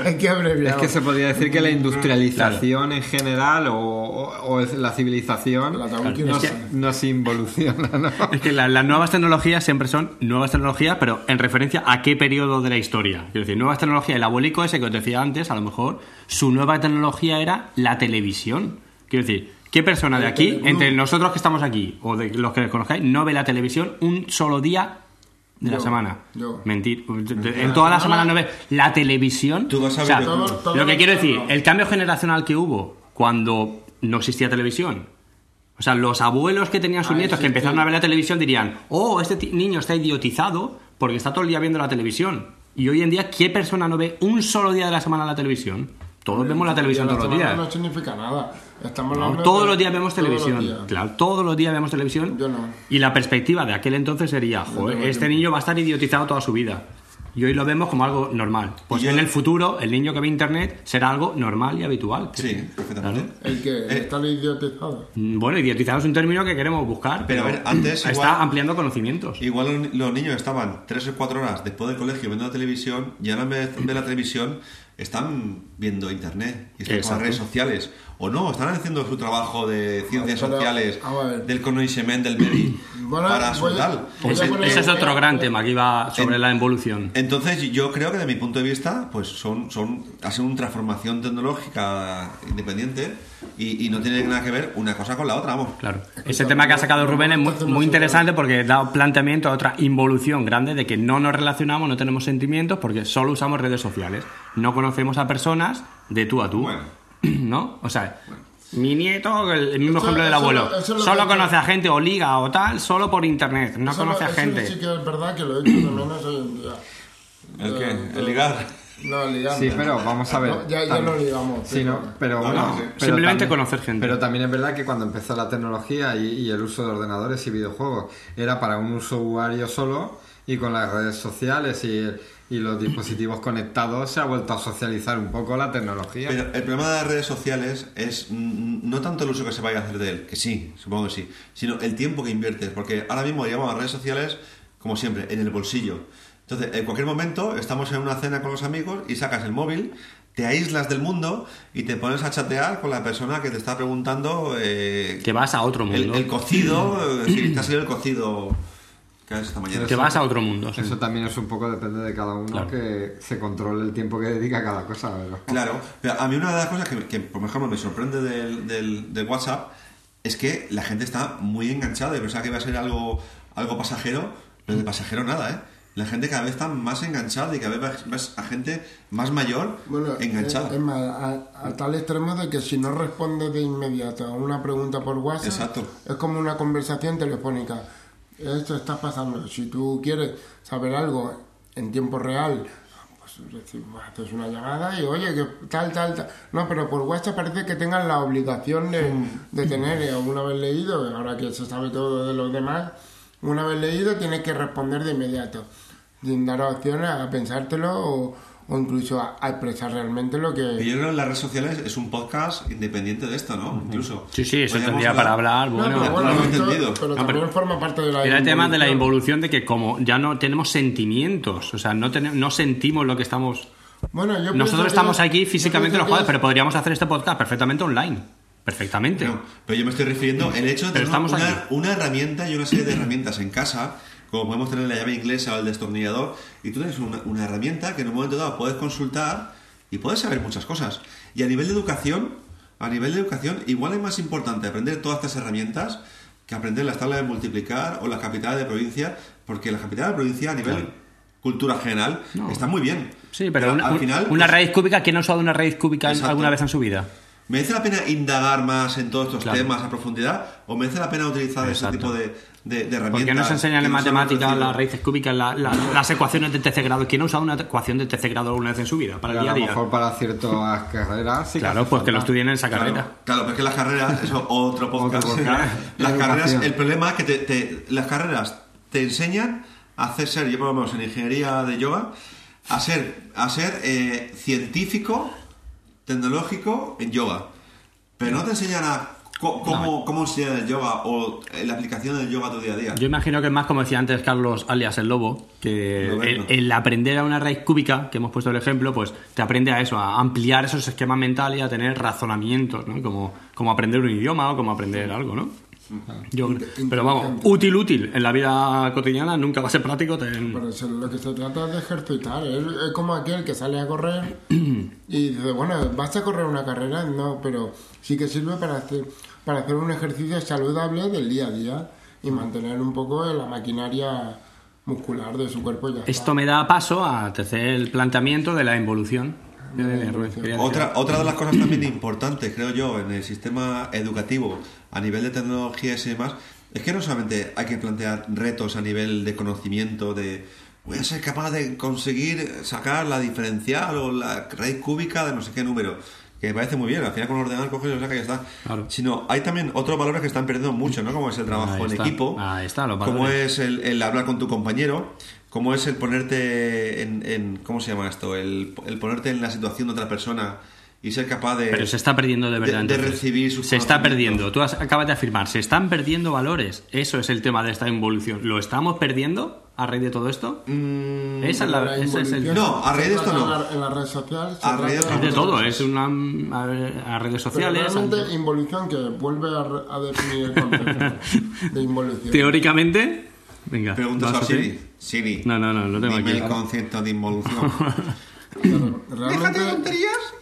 Speaker 4: Hay que abreviar.
Speaker 2: Es que se podría decir
Speaker 5: Mm,
Speaker 2: que la industrialización en general o, o- o es la civilización
Speaker 4: La tabú que
Speaker 2: nos,
Speaker 4: nos-
Speaker 2: nos involuciona, ¿no?
Speaker 5: Es que la- las nuevas tecnologías siempre son nuevas tecnologías, pero en referencia a qué periodo de la historia. Quiero decir, nuevas tecnologías. El abuelico ese que os decía antes, a lo mejor, su nueva tecnología era la televisión. Quiero decir, ¿qué persona de aquí, entre nosotros que estamos aquí o de los que conozcáis, no ve la televisión un solo día de la
Speaker 4: Yo,
Speaker 5: semana.
Speaker 4: yo.
Speaker 5: Mentir. En toda la semana no ves la televisión.
Speaker 3: Tú vas a
Speaker 5: O sea,
Speaker 3: videoclub.
Speaker 4: Todo- todo
Speaker 5: lo que quiero
Speaker 4: el
Speaker 5: decir,
Speaker 4: mundo.
Speaker 5: el cambio generacional que hubo cuando no existía televisión. O sea, los abuelos que tenían sus
Speaker 4: Ah,
Speaker 5: nietos
Speaker 4: sí,
Speaker 5: que empezaron
Speaker 4: sí.
Speaker 5: a ver la televisión dirían, oh, este ti- niño está idiotizado porque está todo el día viendo la televisión. Y hoy en día, ¿qué persona no ve un solo día de la semana la televisión? Todos vemos la televisión todos los
Speaker 4: semana
Speaker 5: días.
Speaker 4: No significa nada. Estamos
Speaker 5: No,
Speaker 4: hablando
Speaker 5: todos
Speaker 4: de-
Speaker 5: los días vemos
Speaker 4: todos los
Speaker 5: televisión.
Speaker 4: días.
Speaker 5: Claro, todos los días vemos televisión.
Speaker 4: Yo no.
Speaker 5: Y la perspectiva de aquel entonces sería, joder,
Speaker 4: tengo
Speaker 5: este
Speaker 4: tiempo".
Speaker 5: niño va a estar idiotizado toda su vida. Y hoy lo vemos como algo normal. Pues
Speaker 3: Y yo-
Speaker 5: en el futuro, el niño que ve internet será algo normal y habitual.
Speaker 3: Sí, perfectamente.
Speaker 5: Claro.
Speaker 4: El que
Speaker 3: Eh.
Speaker 4: está idiotizado.
Speaker 5: Mm, Bueno, idiotizado es un término que queremos buscar.
Speaker 3: Pero, a ver, antes
Speaker 5: Está
Speaker 3: igual-
Speaker 5: ampliando conocimientos.
Speaker 3: Igual los- los niños estaban 3 o 4 horas después del colegio viendo la televisión y ahora en vez de la televisión están viendo internet y están con las
Speaker 5: Exacto.
Speaker 3: redes sociales. O no, están haciendo su trabajo de ciencias
Speaker 4: Pero,
Speaker 3: sociales,
Speaker 4: vamos a ver.
Speaker 3: del conocimiento del Berry
Speaker 4: Bueno,
Speaker 3: para su
Speaker 4: voy a-
Speaker 3: tal.
Speaker 4: voy a
Speaker 5: Pues Ese,
Speaker 4: poner-
Speaker 5: ese es otro gran tema que iba sobre
Speaker 3: En-
Speaker 5: la evolución.
Speaker 3: Entonces yo creo que desde mi punto de vista pues son, son ha sido una transformación tecnológica independiente y, y no tiene nada que ver una cosa con la otra, vamos.
Speaker 5: Claro. Ese tema que ha sacado Rubén es muy, muy interesante porque da planteamiento a otra involución grande de que no nos relacionamos, no tenemos sentimientos porque solo usamos redes sociales. No conocemos a personas de tú a tú.
Speaker 3: Bueno.
Speaker 5: ¿No? O sea, mi nieto, el el mismo
Speaker 4: Eso-
Speaker 5: ejemplo del
Speaker 4: eso-
Speaker 5: abuelo,
Speaker 4: eso es lo
Speaker 5: solo
Speaker 4: que-
Speaker 5: conoce a gente o liga o tal, solo por internet. No
Speaker 4: Eso
Speaker 5: conoce a
Speaker 4: eso
Speaker 5: gente.
Speaker 4: Sí que es verdad que lo he hecho de menos hoy en día.
Speaker 3: ¿El
Speaker 4: Eh,
Speaker 3: qué?
Speaker 4: eh,
Speaker 3: ¿El ligar?
Speaker 4: No, el ligar.
Speaker 2: Sí,
Speaker 4: no.
Speaker 2: pero vamos a ver.
Speaker 4: No, ya ya
Speaker 2: también-
Speaker 4: lo ligamos.
Speaker 2: Sí, ¿no? Pero,
Speaker 3: No,
Speaker 2: bueno,
Speaker 3: no, sí.
Speaker 2: pero
Speaker 5: Simplemente conocer gente.
Speaker 2: Pero también es verdad que cuando empezó la tecnología y, y el uso de ordenadores y videojuegos era para un usuario solo y con las redes sociales y, y los dispositivos conectados se ha vuelto a socializar un poco la tecnología.
Speaker 3: Pero el problema de las redes sociales es mm, no tanto el uso que se vaya a hacer de él, que sí, supongo que sí, sino el tiempo que inviertes, porque ahora mismo llevamos las redes sociales, como siempre, en el bolsillo. Entonces, en cualquier momento estamos en una cena con los amigos y sacas el móvil, te aíslas del mundo y te pones a chatear con la persona que te está preguntando eh,
Speaker 5: Te vas a otro mundo.
Speaker 3: el, el cocido, eh, si te ha salido el cocido que has hecho esta mañana.
Speaker 5: Te vas a otro mundo. sí.
Speaker 2: Eso también es un poco depende de cada uno
Speaker 5: Claro.
Speaker 2: que se controle el tiempo que dedica a cada cosa. pero-
Speaker 3: Claro, pero a mí una de las cosas que, que, por ejemplo me sorprende del, del- del WhatsApp es que la gente está muy enganchada y pensaba que iba a ser algo, algo pasajero, pero de pasajero nada, ¿eh? La gente cada vez está más enganchada y cada vez ves- ves a gente más mayor
Speaker 4: Bueno, eh, em-
Speaker 3: enganchada.
Speaker 4: Es, es más, a, a tal extremo de que si no respondes de inmediato a una pregunta por WhatsApp,
Speaker 3: Exacto.
Speaker 4: es como una conversación telefónica. Esto está pasando. Si tú quieres saber algo en tiempo real, pues reci- haces una llamada y oye, que tal, tal, tal. No, pero por WhatsApp parece que tengan la obligación de, de tener, eh, alguna vez leído, ahora que se sabe todo de los demás, una vez leído tienes que responder de inmediato, sin dar opciones a pensártelo o, o incluso a, a expresar realmente lo
Speaker 3: Pero
Speaker 4: que...
Speaker 3: Yo creo que las redes sociales es un podcast independiente de esto, ¿no? Incluso.
Speaker 5: Sí, sí, eso
Speaker 3: Podríamos
Speaker 5: tendría para hablar.
Speaker 4: No,
Speaker 5: Bueno,
Speaker 4: pero
Speaker 3: no lo he
Speaker 4: esto-
Speaker 3: entendido.
Speaker 4: pero
Speaker 5: No,
Speaker 4: también
Speaker 5: Ah, pero-
Speaker 4: forma parte de la...
Speaker 5: Era el tema de la
Speaker 4: involución.
Speaker 5: involución de que como ya no tenemos sentimientos, o sea, no, tene- no sentimos lo que estamos...
Speaker 4: Bueno, yo pienso
Speaker 5: Nosotros
Speaker 4: que
Speaker 5: estamos
Speaker 4: es-
Speaker 5: aquí
Speaker 4: yo
Speaker 5: físicamente
Speaker 4: pienso
Speaker 5: los jueves,
Speaker 4: que
Speaker 5: pero podríamos hacer este podcast perfectamente online. Perfectamente.
Speaker 3: No, pero yo me estoy refiriendo al hecho de tener
Speaker 5: Pero estamos
Speaker 3: una,
Speaker 5: aquí.
Speaker 3: una herramienta y una serie de herramientas en casa, como podemos tener la llave inglesa o el destornillador, y tú tienes una, una herramienta que en un momento dado puedes consultar y puedes saber muchas cosas. Y a nivel de educación, a nivel de educación, igual es más importante aprender todas estas herramientas que aprender las tablas de multiplicar o las capitales de provincia, porque la capital de provincia a nivel cultura general
Speaker 5: No.
Speaker 3: está muy bien.
Speaker 5: Sí, pero una,
Speaker 3: al final
Speaker 5: una
Speaker 3: pues,
Speaker 5: raíz cúbica, ¿quién ha usado una raíz cúbica
Speaker 3: Exacto.
Speaker 5: alguna vez en su vida?
Speaker 3: ¿Merece la pena indagar más en todos estos
Speaker 5: Claro.
Speaker 3: temas a profundidad? ¿O merece la pena utilizar ese
Speaker 5: Exacto.
Speaker 3: tipo de, de- de herramientas?
Speaker 5: ¿Por qué no se enseñan
Speaker 3: que
Speaker 5: en
Speaker 3: no son
Speaker 5: matemáticas
Speaker 3: reproducibles?
Speaker 5: las raíces cúbicas, la- la- las ecuaciones de tercer grado? ¿Quién ha usado una ecuación de tercer grado alguna vez en su vida? Para el
Speaker 2: pero
Speaker 5: día
Speaker 2: a
Speaker 5: a
Speaker 2: lo
Speaker 5: día.
Speaker 2: mejor para ciertas carreras sí que
Speaker 5: Claro,
Speaker 2: hace
Speaker 5: pues que lo
Speaker 2: falta.
Speaker 5: estudien en esa
Speaker 3: Claro,
Speaker 5: carrera.
Speaker 3: claro, pero es que las carreras, eso, otro podcast.
Speaker 2: Otro podcast.
Speaker 3: las
Speaker 2: Educación.
Speaker 3: carreras, el problema es que te- te- las carreras te enseñan a hacer ser, yo por lo menos en ingeniería de yoga, a ser, a ser eh, científico, tecnológico en yoga. Pero no te enseñan a co- cómo, cómo enseñar el yoga o eh, la aplicación del yoga a tu día a día.
Speaker 5: Yo imagino que es más como decía antes Carlos, alias el lobo, que el,
Speaker 3: Roberto.
Speaker 5: el aprender a una raíz cúbica, que hemos puesto el ejemplo, pues te aprende a eso, a ampliar esos esquemas mentales y a tener razonamientos, ¿no? Como, como aprender un idioma o como aprender algo, ¿no? Yo- pero vamos, útil, útil. En la vida cotidiana nunca va a ser práctico. te-
Speaker 4: Pero eso es lo que se trata es de ejercitar. Es, es como aquel que sale a correr y dice, bueno, ¿vas a correr una carrera? No, pero sí que sirve para hacer, para hacer un ejercicio saludable del día a día y mantener un poco la maquinaria muscular de su cuerpo. y Ya está.
Speaker 5: Esto me da paso al tercer planteamiento de la involución.
Speaker 4: La involución.
Speaker 5: Quería decir-
Speaker 3: Otra, otra de las cosas también importantes, creo yo, en el sistema educativo, a nivel de tecnologías y demás, es que no solamente hay que plantear retos a nivel de conocimiento, de voy a ser capaz de conseguir sacar la diferencial o la raíz cúbica de no sé qué número, que me parece muy bien, al final con ordenar coges y lo sacas y ya está.
Speaker 5: Claro.
Speaker 3: Sino hay también otros valores que están perdiendo mucho, ¿no? Como es el trabajo
Speaker 5: Ahí
Speaker 3: en
Speaker 5: está.
Speaker 3: equipo,
Speaker 5: Ahí está, los
Speaker 3: como
Speaker 5: valores.
Speaker 3: es el, el hablar con tu compañero, cómo es el ponerte en, en- ¿cómo se llama esto? El, el ponerte en la situación de otra persona y ser capaz de...
Speaker 5: Pero se está perdiendo de verdad.
Speaker 3: de- de
Speaker 5: entonces.
Speaker 3: recibir sus
Speaker 5: Se está
Speaker 3: conocimientos.
Speaker 5: perdiendo. Tú has- acabas de afirmar, se están perdiendo valores. Eso es el tema de esta involución. ¿Lo estamos perdiendo a raíz de todo esto? Esa es la-
Speaker 4: La
Speaker 5: ese es el-
Speaker 4: involución
Speaker 3: No, a raíz de esto
Speaker 4: se trata
Speaker 3: no.
Speaker 4: En la, en la red social. se
Speaker 3: A raíz de
Speaker 4: trata
Speaker 5: Es de
Speaker 3: otras
Speaker 5: todo, ¿eh? es una a, ver, a redes
Speaker 4: Pero
Speaker 5: sociales.
Speaker 4: realmente
Speaker 5: a-
Speaker 4: involución que vuelve a, re- a definir el concepto de involución.
Speaker 5: Teóricamente, venga.
Speaker 3: Preguntas
Speaker 5: vas
Speaker 3: a
Speaker 5: hacer-
Speaker 3: Siri. Siri.
Speaker 5: No, no, no, lo tengo
Speaker 3: dime
Speaker 5: aquí.
Speaker 3: el concepto de involución.
Speaker 4: Claro, realmente-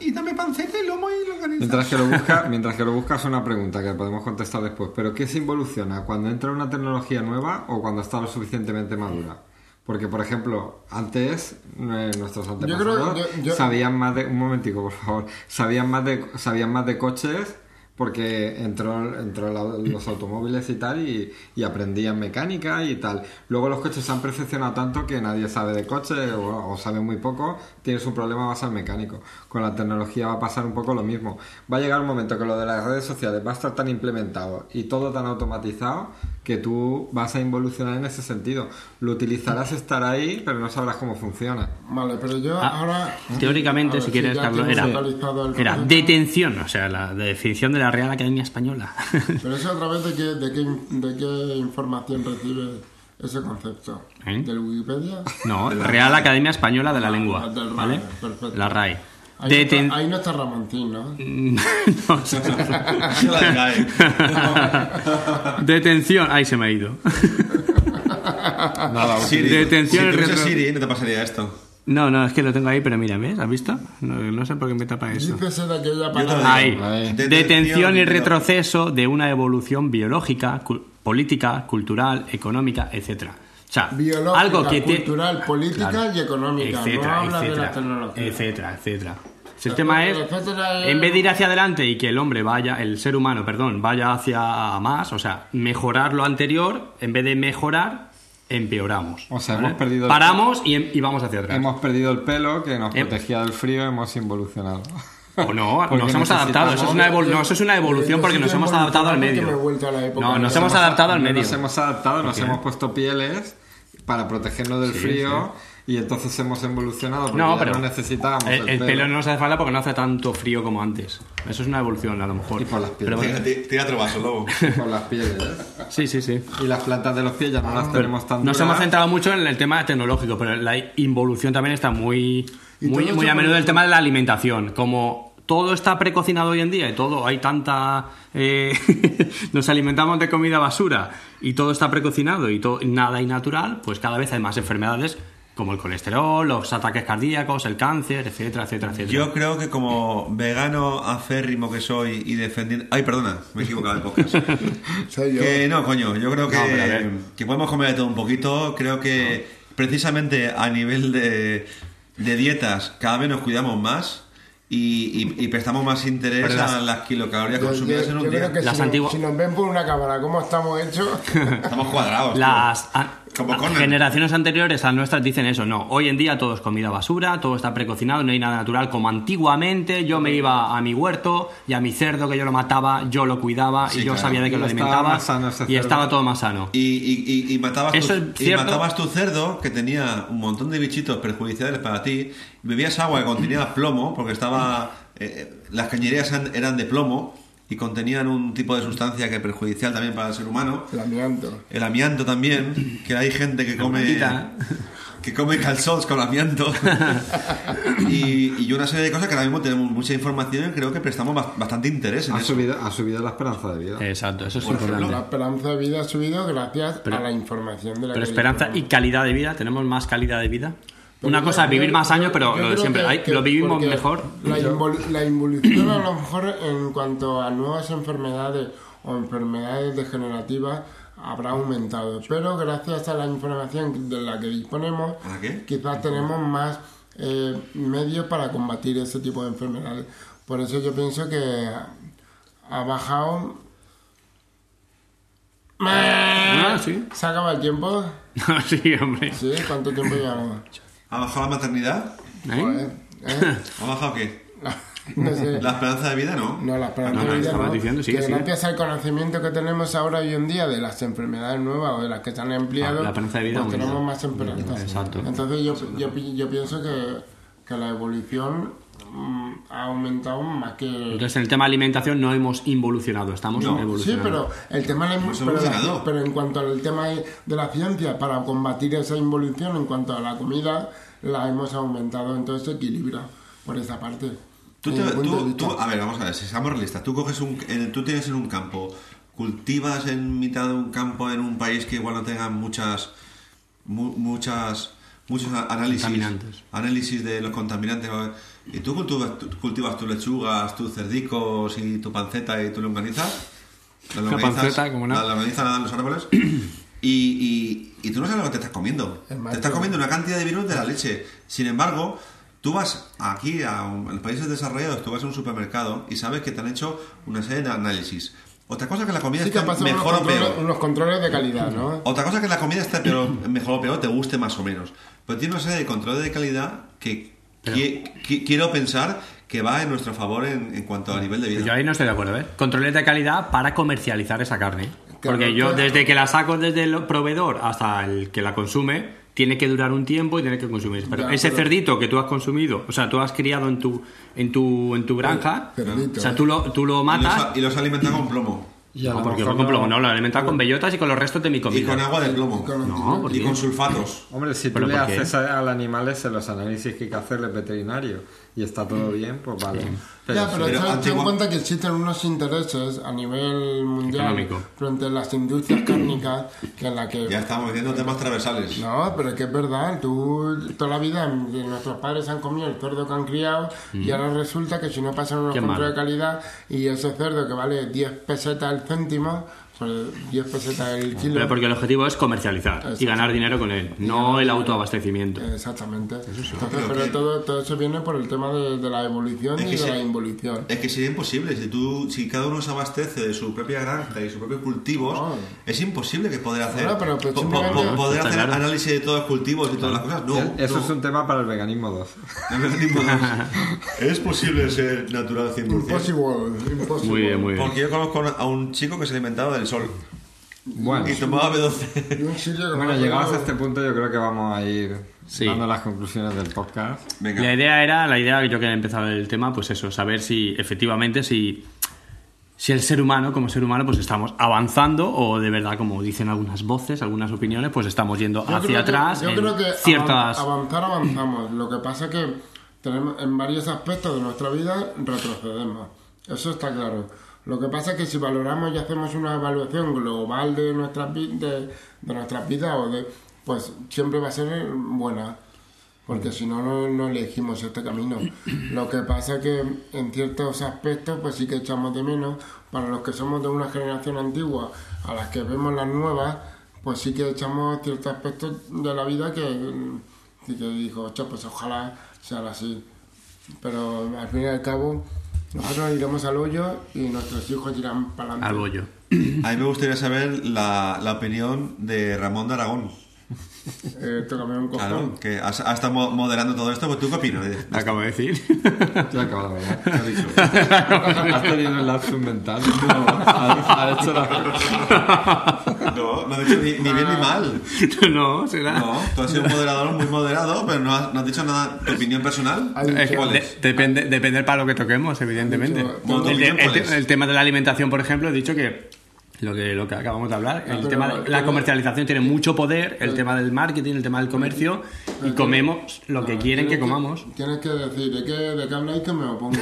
Speaker 3: y dame panceta y lomo y organiza.
Speaker 2: Mientras que, lo busca, mientras que lo buscas una pregunta que podemos contestar después. ¿Pero qué se involuciona? ¿Cuando entra una tecnología nueva o cuando está lo suficientemente madura? Porque, por ejemplo, antes eh, nuestros antepasados
Speaker 4: yo- yo-
Speaker 2: sabían más de... Un momentico, por favor. Sabían más de, sabían más de coches porque entró, entró la- los automóviles y tal y, y aprendían mecánica y tal. Luego los coches se han perfeccionado tanto que nadie sabe de coches o, o sabe muy poco. Tienes un problema, vas al mecánico. Con la tecnología va a pasar un poco lo mismo. Va a llegar un momento que lo de las redes sociales va a estar tan implementado y todo tan automatizado que tú vas a involucionar en ese sentido. Lo utilizarás, estar ahí, pero no sabrás cómo funciona.
Speaker 4: Vale, pero yo
Speaker 5: Ah,
Speaker 4: ahora.
Speaker 5: Teóricamente,
Speaker 4: a ver
Speaker 5: si quieres,
Speaker 4: ya
Speaker 5: Carlos,
Speaker 4: tengo
Speaker 5: era,
Speaker 4: localizado el
Speaker 5: era
Speaker 4: concepto.
Speaker 5: detención, o sea, la definición de la Real Academia Española.
Speaker 4: Pero eso a través de qué, de qué, de qué información recibe ese concepto.
Speaker 5: ¿Eh?
Speaker 4: ¿Del Wikipedia?
Speaker 5: No, Real Academia Española de la Lengua,
Speaker 4: Ah, del RAE,
Speaker 5: ¿vale?
Speaker 4: perfecto.
Speaker 5: La RAE.
Speaker 4: Ahí,
Speaker 5: Deten-
Speaker 4: no está, ahí no está Ramontín, ¿no?
Speaker 5: No, o sea,
Speaker 3: Se la cae.
Speaker 5: Detención, ahí se me ha ido.
Speaker 2: Nada,
Speaker 3: Siri.
Speaker 5: Detención
Speaker 3: si
Speaker 5: y
Speaker 3: tuviese
Speaker 5: retro-
Speaker 3: Siri, eh, no te pasaría esto.
Speaker 5: No, no, es que lo tengo ahí, pero mira, ¿ves? ¿Has visto? No, no sé por qué me tapa eso.
Speaker 4: Dícese de
Speaker 3: te
Speaker 4: aquella
Speaker 3: lo
Speaker 4: palabra.
Speaker 3: digo.
Speaker 5: Ahí.
Speaker 2: Ahí.
Speaker 5: Detención, y retroceso de una evolución biológica, cu- política, cultural, económica, etcétera. O sea,
Speaker 4: Biológica,
Speaker 5: algo que te-
Speaker 4: cultural, política
Speaker 5: Claro.
Speaker 4: y económica. no
Speaker 5: etcétera,
Speaker 4: habla de
Speaker 5: etcétera,
Speaker 4: las tecnologías.
Speaker 5: etcétera, etcétera. Si El
Speaker 4: Pero
Speaker 5: tema
Speaker 4: no,
Speaker 5: es,
Speaker 4: etcétera es-
Speaker 5: en vez de ir hacia adelante y que el hombre vaya, el ser humano, perdón, vaya hacia más, o sea, mejorar lo anterior, en vez de mejorar, empeoramos.
Speaker 2: O sea, hemos perdido el-
Speaker 5: Paramos y, em- y vamos hacia atrás.
Speaker 2: Hemos perdido el pelo que nos
Speaker 5: Eh.
Speaker 2: protegía del frío, hemos involucionado.
Speaker 5: O no,
Speaker 2: Porque
Speaker 5: nos hemos
Speaker 2: necesitamos-
Speaker 5: adaptado. Eso es una, evol- no, eso es una evolución
Speaker 4: Yo
Speaker 5: porque
Speaker 4: sí
Speaker 5: nos
Speaker 4: he
Speaker 5: hemos adaptado al medio.
Speaker 4: evolucionado porque me he vuelto a la época
Speaker 5: No,
Speaker 4: de
Speaker 5: nos
Speaker 4: la-
Speaker 5: hemos adaptado al medio.
Speaker 2: Nos hemos adaptado, nos hemos puesto pieles para protegernos del frío y entonces hemos evolucionado porque
Speaker 5: No,
Speaker 2: ya
Speaker 5: pero
Speaker 2: no necesitábamos
Speaker 5: El, el pelo no nos hace falta porque no hace tanto frío como antes. Eso es una evolución, a lo mejor.
Speaker 2: Y por las
Speaker 5: Pero
Speaker 2: piernas.
Speaker 5: bueno,
Speaker 3: Tira tira otro vaso, lobo.
Speaker 2: con las pieles.
Speaker 5: sí, sí, sí.
Speaker 2: Y las plantas de los pies ya no las tenemos tan
Speaker 5: Nos
Speaker 2: duras.
Speaker 5: hemos centrado mucho en el tema tecnológico, pero la involución también está muy,
Speaker 4: Y
Speaker 5: muy,
Speaker 4: todo
Speaker 5: muy
Speaker 4: eso
Speaker 5: a menudo
Speaker 4: por-
Speaker 5: el tema de la alimentación. Como todo está precocinado hoy en día y todo, hay tanta... eh, nos alimentamos de comida basura y todo está precocinado y todo, nada y natural, pues cada vez hay más enfermedades como el colesterol, los ataques cardíacos, el cáncer, etcétera, etcétera, etcétera.
Speaker 3: Yo creo que como vegano aférrimo que soy y defendiendo... Ay, perdona, me he equivocado de podcast.
Speaker 4: Soy yo.
Speaker 3: Que no, coño, yo creo que,
Speaker 5: No, pero a ver.
Speaker 3: que podemos comer de todo un poquito. Creo que precisamente a nivel de, de dietas cada vez nos cuidamos más y, y- y prestamos más interés
Speaker 5: Pero las-
Speaker 3: a las kilocalorías
Speaker 4: Yo- yo-
Speaker 3: consumidas en
Speaker 4: yo
Speaker 3: un
Speaker 4: creo
Speaker 3: día.
Speaker 4: que
Speaker 5: Las
Speaker 4: si, no-
Speaker 5: antiguas-
Speaker 4: si nos ven por una cámara, ¿cómo estamos hechos?
Speaker 3: Estamos cuadrados.
Speaker 5: Las a-
Speaker 3: Como
Speaker 5: a-
Speaker 3: Conan.
Speaker 5: generaciones anteriores a nuestras dicen eso, no. Hoy en día todo es comida basura, todo está precocinado, no hay nada natural como antiguamente. Yo me iba a mi huerto y a mi cerdo que yo lo mataba, yo lo cuidaba y
Speaker 3: Sí,
Speaker 5: yo
Speaker 3: claro.
Speaker 5: sabía de que
Speaker 2: Y
Speaker 5: lo
Speaker 2: estaba
Speaker 5: alimentaba
Speaker 2: más sano
Speaker 4: este
Speaker 2: ese
Speaker 5: y
Speaker 2: cerdo.
Speaker 5: estaba todo más sano.
Speaker 3: Y, y- y- y matabas
Speaker 5: Eso es
Speaker 3: tu, y
Speaker 5: cierto.
Speaker 3: matabas tu cerdo, que tenía un montón de bichitos perjudiciales para ti. Bebías agua que contenía plomo, porque estaba. eh, las cañerías an- eran de plomo y contenían un tipo de sustancia que es perjudicial también para el ser humano.
Speaker 4: El amianto.
Speaker 3: El amianto también, que hay gente que come.
Speaker 5: maldita.
Speaker 3: Que come calzots con amianto. y, y una serie de cosas que ahora mismo tenemos mucha información y creo que prestamos bas- bastante interés en
Speaker 2: Ha
Speaker 3: eso.
Speaker 2: subido, ha subido la esperanza de vida.
Speaker 5: Exacto, eso es
Speaker 3: Por ejemplo,
Speaker 5: importante.
Speaker 4: La esperanza de vida ha subido gracias a la información de la
Speaker 5: Pero
Speaker 4: que
Speaker 5: esperanza y
Speaker 4: disponemos.
Speaker 5: calidad de vida, tenemos más calidad de vida.
Speaker 4: Pero
Speaker 5: Una
Speaker 4: yo-
Speaker 5: cosa es vivir
Speaker 4: yo-
Speaker 5: más años, pero
Speaker 4: yo
Speaker 5: lo de
Speaker 4: creo
Speaker 5: siempre,
Speaker 4: que-
Speaker 5: ay,
Speaker 4: que
Speaker 5: lo vivimos
Speaker 4: porque
Speaker 5: mejor.
Speaker 4: La, invol- la involución a lo mejor en cuanto a nuevas enfermedades o enfermedades degenerativas habrá aumentado. Pero gracias a la información de la que disponemos,
Speaker 3: ¿A qué?
Speaker 4: quizás tenemos más eh, medios para combatir ese tipo de enfermedades. Por eso yo pienso que ha bajado.
Speaker 5: Ah, sí.
Speaker 4: ¿Se acaba el tiempo?
Speaker 5: sí, hombre.
Speaker 4: Sí, ¿cuánto tiempo llevamos?
Speaker 3: ¿Ha bajado la maternidad?
Speaker 5: ¿Eh?
Speaker 4: Joder, ¿eh?
Speaker 3: ¿Ha bajado qué?
Speaker 4: No sé.
Speaker 3: ¿La esperanza de vida no?
Speaker 4: No, la esperanza
Speaker 5: Ah, no,
Speaker 4: de vida
Speaker 5: estaba
Speaker 4: no.
Speaker 5: diciendo, sí,
Speaker 4: que
Speaker 5: sí.
Speaker 4: gracias al conocimiento que tenemos ahora hoy en día de las enfermedades nuevas o de las que se han empleado,
Speaker 5: Ah, la esperanza de vida
Speaker 4: pues
Speaker 5: aumenta.
Speaker 4: tenemos más esperanza.
Speaker 5: Exacto.
Speaker 4: Entonces yo, yo, pi- yo pienso que, que la evolución mm, ha aumentado más que...
Speaker 5: Entonces, en el tema de alimentación no hemos involucionado, estamos
Speaker 4: Sí,
Speaker 5: evolucionando.
Speaker 4: pero el tema de-
Speaker 3: Pues
Speaker 4: pero, la-
Speaker 3: evolucionado.
Speaker 4: pero en cuanto al tema de de la ciencia para combatir esa involución en cuanto a la comida la hemos aumentado entonces se equilibra por esa parte.
Speaker 3: Tú,
Speaker 4: En
Speaker 3: te-
Speaker 4: mi punto de
Speaker 3: tú-
Speaker 4: vista.
Speaker 3: tú- a ver, vamos a ver, si seamos realistas, tú coges un, en- tú tienes en un campo, cultivas en mitad de un campo en un país que igual no tenga muchas, mu- muchas, muchos a- análisis,
Speaker 5: Contaminantes.
Speaker 3: análisis de los contaminantes, ¿vale? y tú cultivas, tú cultivas tus lechugas, tus cerdicos y tu panceta y tu longaniza, las longanizas-
Speaker 5: panceta, como no.
Speaker 3: las longanizas nadan en los árboles, y, y- y tú no sabes lo que te estás comiendo,
Speaker 4: Es más,
Speaker 3: te estás
Speaker 4: yo-
Speaker 3: comiendo una cantidad de virus de la leche. Sin embargo, tú vas aquí a, un- a los países desarrollados, tú vas a un supermercado y sabes que te han hecho una serie de análisis. Otra cosa es que la comida
Speaker 4: Sí que
Speaker 3: esté
Speaker 4: ha pasado unos
Speaker 3: mejor o
Speaker 4: controles,
Speaker 3: peor.
Speaker 4: unos controles de calidad, ¿no?
Speaker 3: Otra cosa es que la comida esté peor, mejor o peor, te guste más o menos. Pero tiene una serie de controles de calidad que qui- qui- quiero pensar que va en nuestro favor en, en cuanto a nivel de vida.
Speaker 5: Yo ahí no estoy de acuerdo, ¿eh? Controles de calidad para comercializar esa carne. Porque yo,
Speaker 4: claro.
Speaker 5: desde que la saco desde el proveedor hasta el que la consume, tiene que durar un tiempo y tiene que consumirse. Pero
Speaker 4: Ya,
Speaker 5: ese
Speaker 4: pero-
Speaker 5: cerdito que tú has consumido, o sea, tú has criado en tu, en tu, en tu granja,
Speaker 4: Cerdito,
Speaker 5: o sea,
Speaker 4: ¿eh?
Speaker 5: tú lo, tú lo
Speaker 3: Y los
Speaker 5: matas.
Speaker 3: ha- y los alimenta con plomo.
Speaker 2: Y a
Speaker 5: No,
Speaker 2: lo
Speaker 5: porque yo
Speaker 2: mejor
Speaker 5: con
Speaker 2: no-
Speaker 5: plomo, no, lo he alimentado con bellotas y con los restos de mi
Speaker 3: Y con
Speaker 5: comida.
Speaker 3: agua de plomo.
Speaker 5: No, ¿por
Speaker 3: Y
Speaker 5: qué?
Speaker 3: con sulfatos.
Speaker 2: Hombre, si tú
Speaker 5: ¿Pero
Speaker 2: le
Speaker 5: por qué?
Speaker 2: haces a- al animal ese los análisis que hay que hacerle veterinario y está todo
Speaker 5: Mm.
Speaker 2: bien, pues vale. Pero
Speaker 4: ya, pero,
Speaker 3: pero
Speaker 4: ten- ten
Speaker 3: antigua-
Speaker 4: en cuenta que existen unos intereses a nivel mundial
Speaker 5: Económico.
Speaker 4: frente a las industrias cárnicas que en la que...
Speaker 3: Ya estamos viendo temas transversales.
Speaker 4: No, pero es que es verdad, tú toda la vida eh, nuestros padres han comido el cerdo que han criado
Speaker 3: Mm.
Speaker 4: y ahora resulta que si no pasan unos
Speaker 5: Qué
Speaker 4: controles
Speaker 5: malo.
Speaker 4: de calidad y ese cerdo que vale 10 pesetas el céntimo, pues 10 pesetas el kilo.
Speaker 5: Pero porque el objetivo es comercializar y
Speaker 4: Exacto.
Speaker 5: ganar dinero con él, no el autoabastecimiento.
Speaker 4: Exactamente. Entonces,
Speaker 3: Pero
Speaker 4: pero
Speaker 3: que-
Speaker 4: todo, todo eso viene por el tema de, de la evolución
Speaker 3: Es
Speaker 4: y
Speaker 3: que
Speaker 4: de
Speaker 3: se-
Speaker 4: la involución.
Speaker 3: Es que sería imposible. Si tú, si cada uno se abastece de su propia granja y sus propios cultivos,
Speaker 4: No.
Speaker 3: es imposible que poder hacer,
Speaker 4: Bueno, pero- pero
Speaker 3: po- po-
Speaker 4: simplemente-
Speaker 3: po- poder
Speaker 5: Está
Speaker 3: hacer
Speaker 5: claro.
Speaker 3: análisis de todos los cultivos y todas las cosas. No,
Speaker 2: Eso
Speaker 3: no.
Speaker 2: es un tema para el veganismo 2.
Speaker 3: es posible ser natural 100%.
Speaker 4: Impossible, impossible.
Speaker 5: Muy bien, muy bien.
Speaker 3: Porque yo conozco a un chico que se alimentaba del sol
Speaker 2: Bueno,
Speaker 3: y tomaba B12.
Speaker 4: Y un sitio que
Speaker 2: bueno,
Speaker 4: me ha
Speaker 2: llegados a
Speaker 4: pegado-
Speaker 2: este punto yo creo que vamos a ir
Speaker 5: Sí.
Speaker 2: dando las conclusiones del podcast.
Speaker 5: La
Speaker 3: Venga,
Speaker 5: idea era, la idea que yo que he empezado el tema, pues eso, saber si efectivamente si, si el ser humano, como ser humano, pues estamos avanzando o de verdad, como dicen algunas voces, algunas opiniones, pues estamos yendo
Speaker 4: Yo
Speaker 5: hacia
Speaker 4: creo que-
Speaker 5: atrás
Speaker 4: yo
Speaker 5: en
Speaker 4: creo que
Speaker 5: ciertas...
Speaker 4: avan- avanzar avanzamos. Lo que pasa que tenemos en varios aspectos de nuestra vida retrocedemos. Eso está claro. Lo que pasa es que si valoramos y hacemos una evaluación global de nuestras vi- de, de nuestras vidas o de pues siempre va a ser buena. Porque si no, no, no elegimos este camino. Lo que pasa que en ciertos aspectos, pues sí que echamos de menos. Para los que somos de una generación antigua, a las que vemos las nuevas, pues sí que echamos ciertos aspectos de la vida que, mm, sí que dijo, "Ocho, pues ojalá sea así. Pero al fin y al cabo, nosotros iremos al hoyo y nuestros hijos irán para
Speaker 5: Al
Speaker 4: adelante.
Speaker 5: bollo.
Speaker 3: a mí me gustaría saber la, la opinión de Ramón de Aragón.
Speaker 4: Eh, tócame un cojón.
Speaker 3: Claro, que ha, ha estado mo- moderando todo esto. Pues, ¿Tú qué opinas? de-
Speaker 5: Lo acabo de decir.
Speaker 2: Ya acabado, ¿verdad?
Speaker 3: ¿Qué has dicho?
Speaker 2: Has tenido un lapsus mental. No, has, has hecho la...
Speaker 3: No, no has dicho ni, ni bien ni mal.
Speaker 5: no, será...
Speaker 3: No, tú has sido un moderador muy moderado, pero no has, no has dicho nada. ¿Tu opinión personal?
Speaker 4: Ha dicho-
Speaker 5: Es que
Speaker 3: ¿Cuál
Speaker 5: de-
Speaker 3: es?
Speaker 5: depende, depende del palo que toquemos, evidentemente.
Speaker 4: Bueno,
Speaker 5: El
Speaker 3: ¿tu
Speaker 5: de-
Speaker 3: opinión
Speaker 5: el,
Speaker 3: cuál
Speaker 5: te-
Speaker 3: es?
Speaker 5: el tema de la alimentación, por ejemplo, he dicho que lo que, lo que acabamos de hablar, el
Speaker 4: pero-
Speaker 5: tema de la
Speaker 4: pero-
Speaker 5: comercialización tiene mucho poder, el tema del marketing, el tema del comercio, y comemos lo que
Speaker 4: Claro,
Speaker 5: quieren que
Speaker 4: tienes
Speaker 5: comamos.
Speaker 4: Tienes que decir de qué, de qué habláis que me opongo.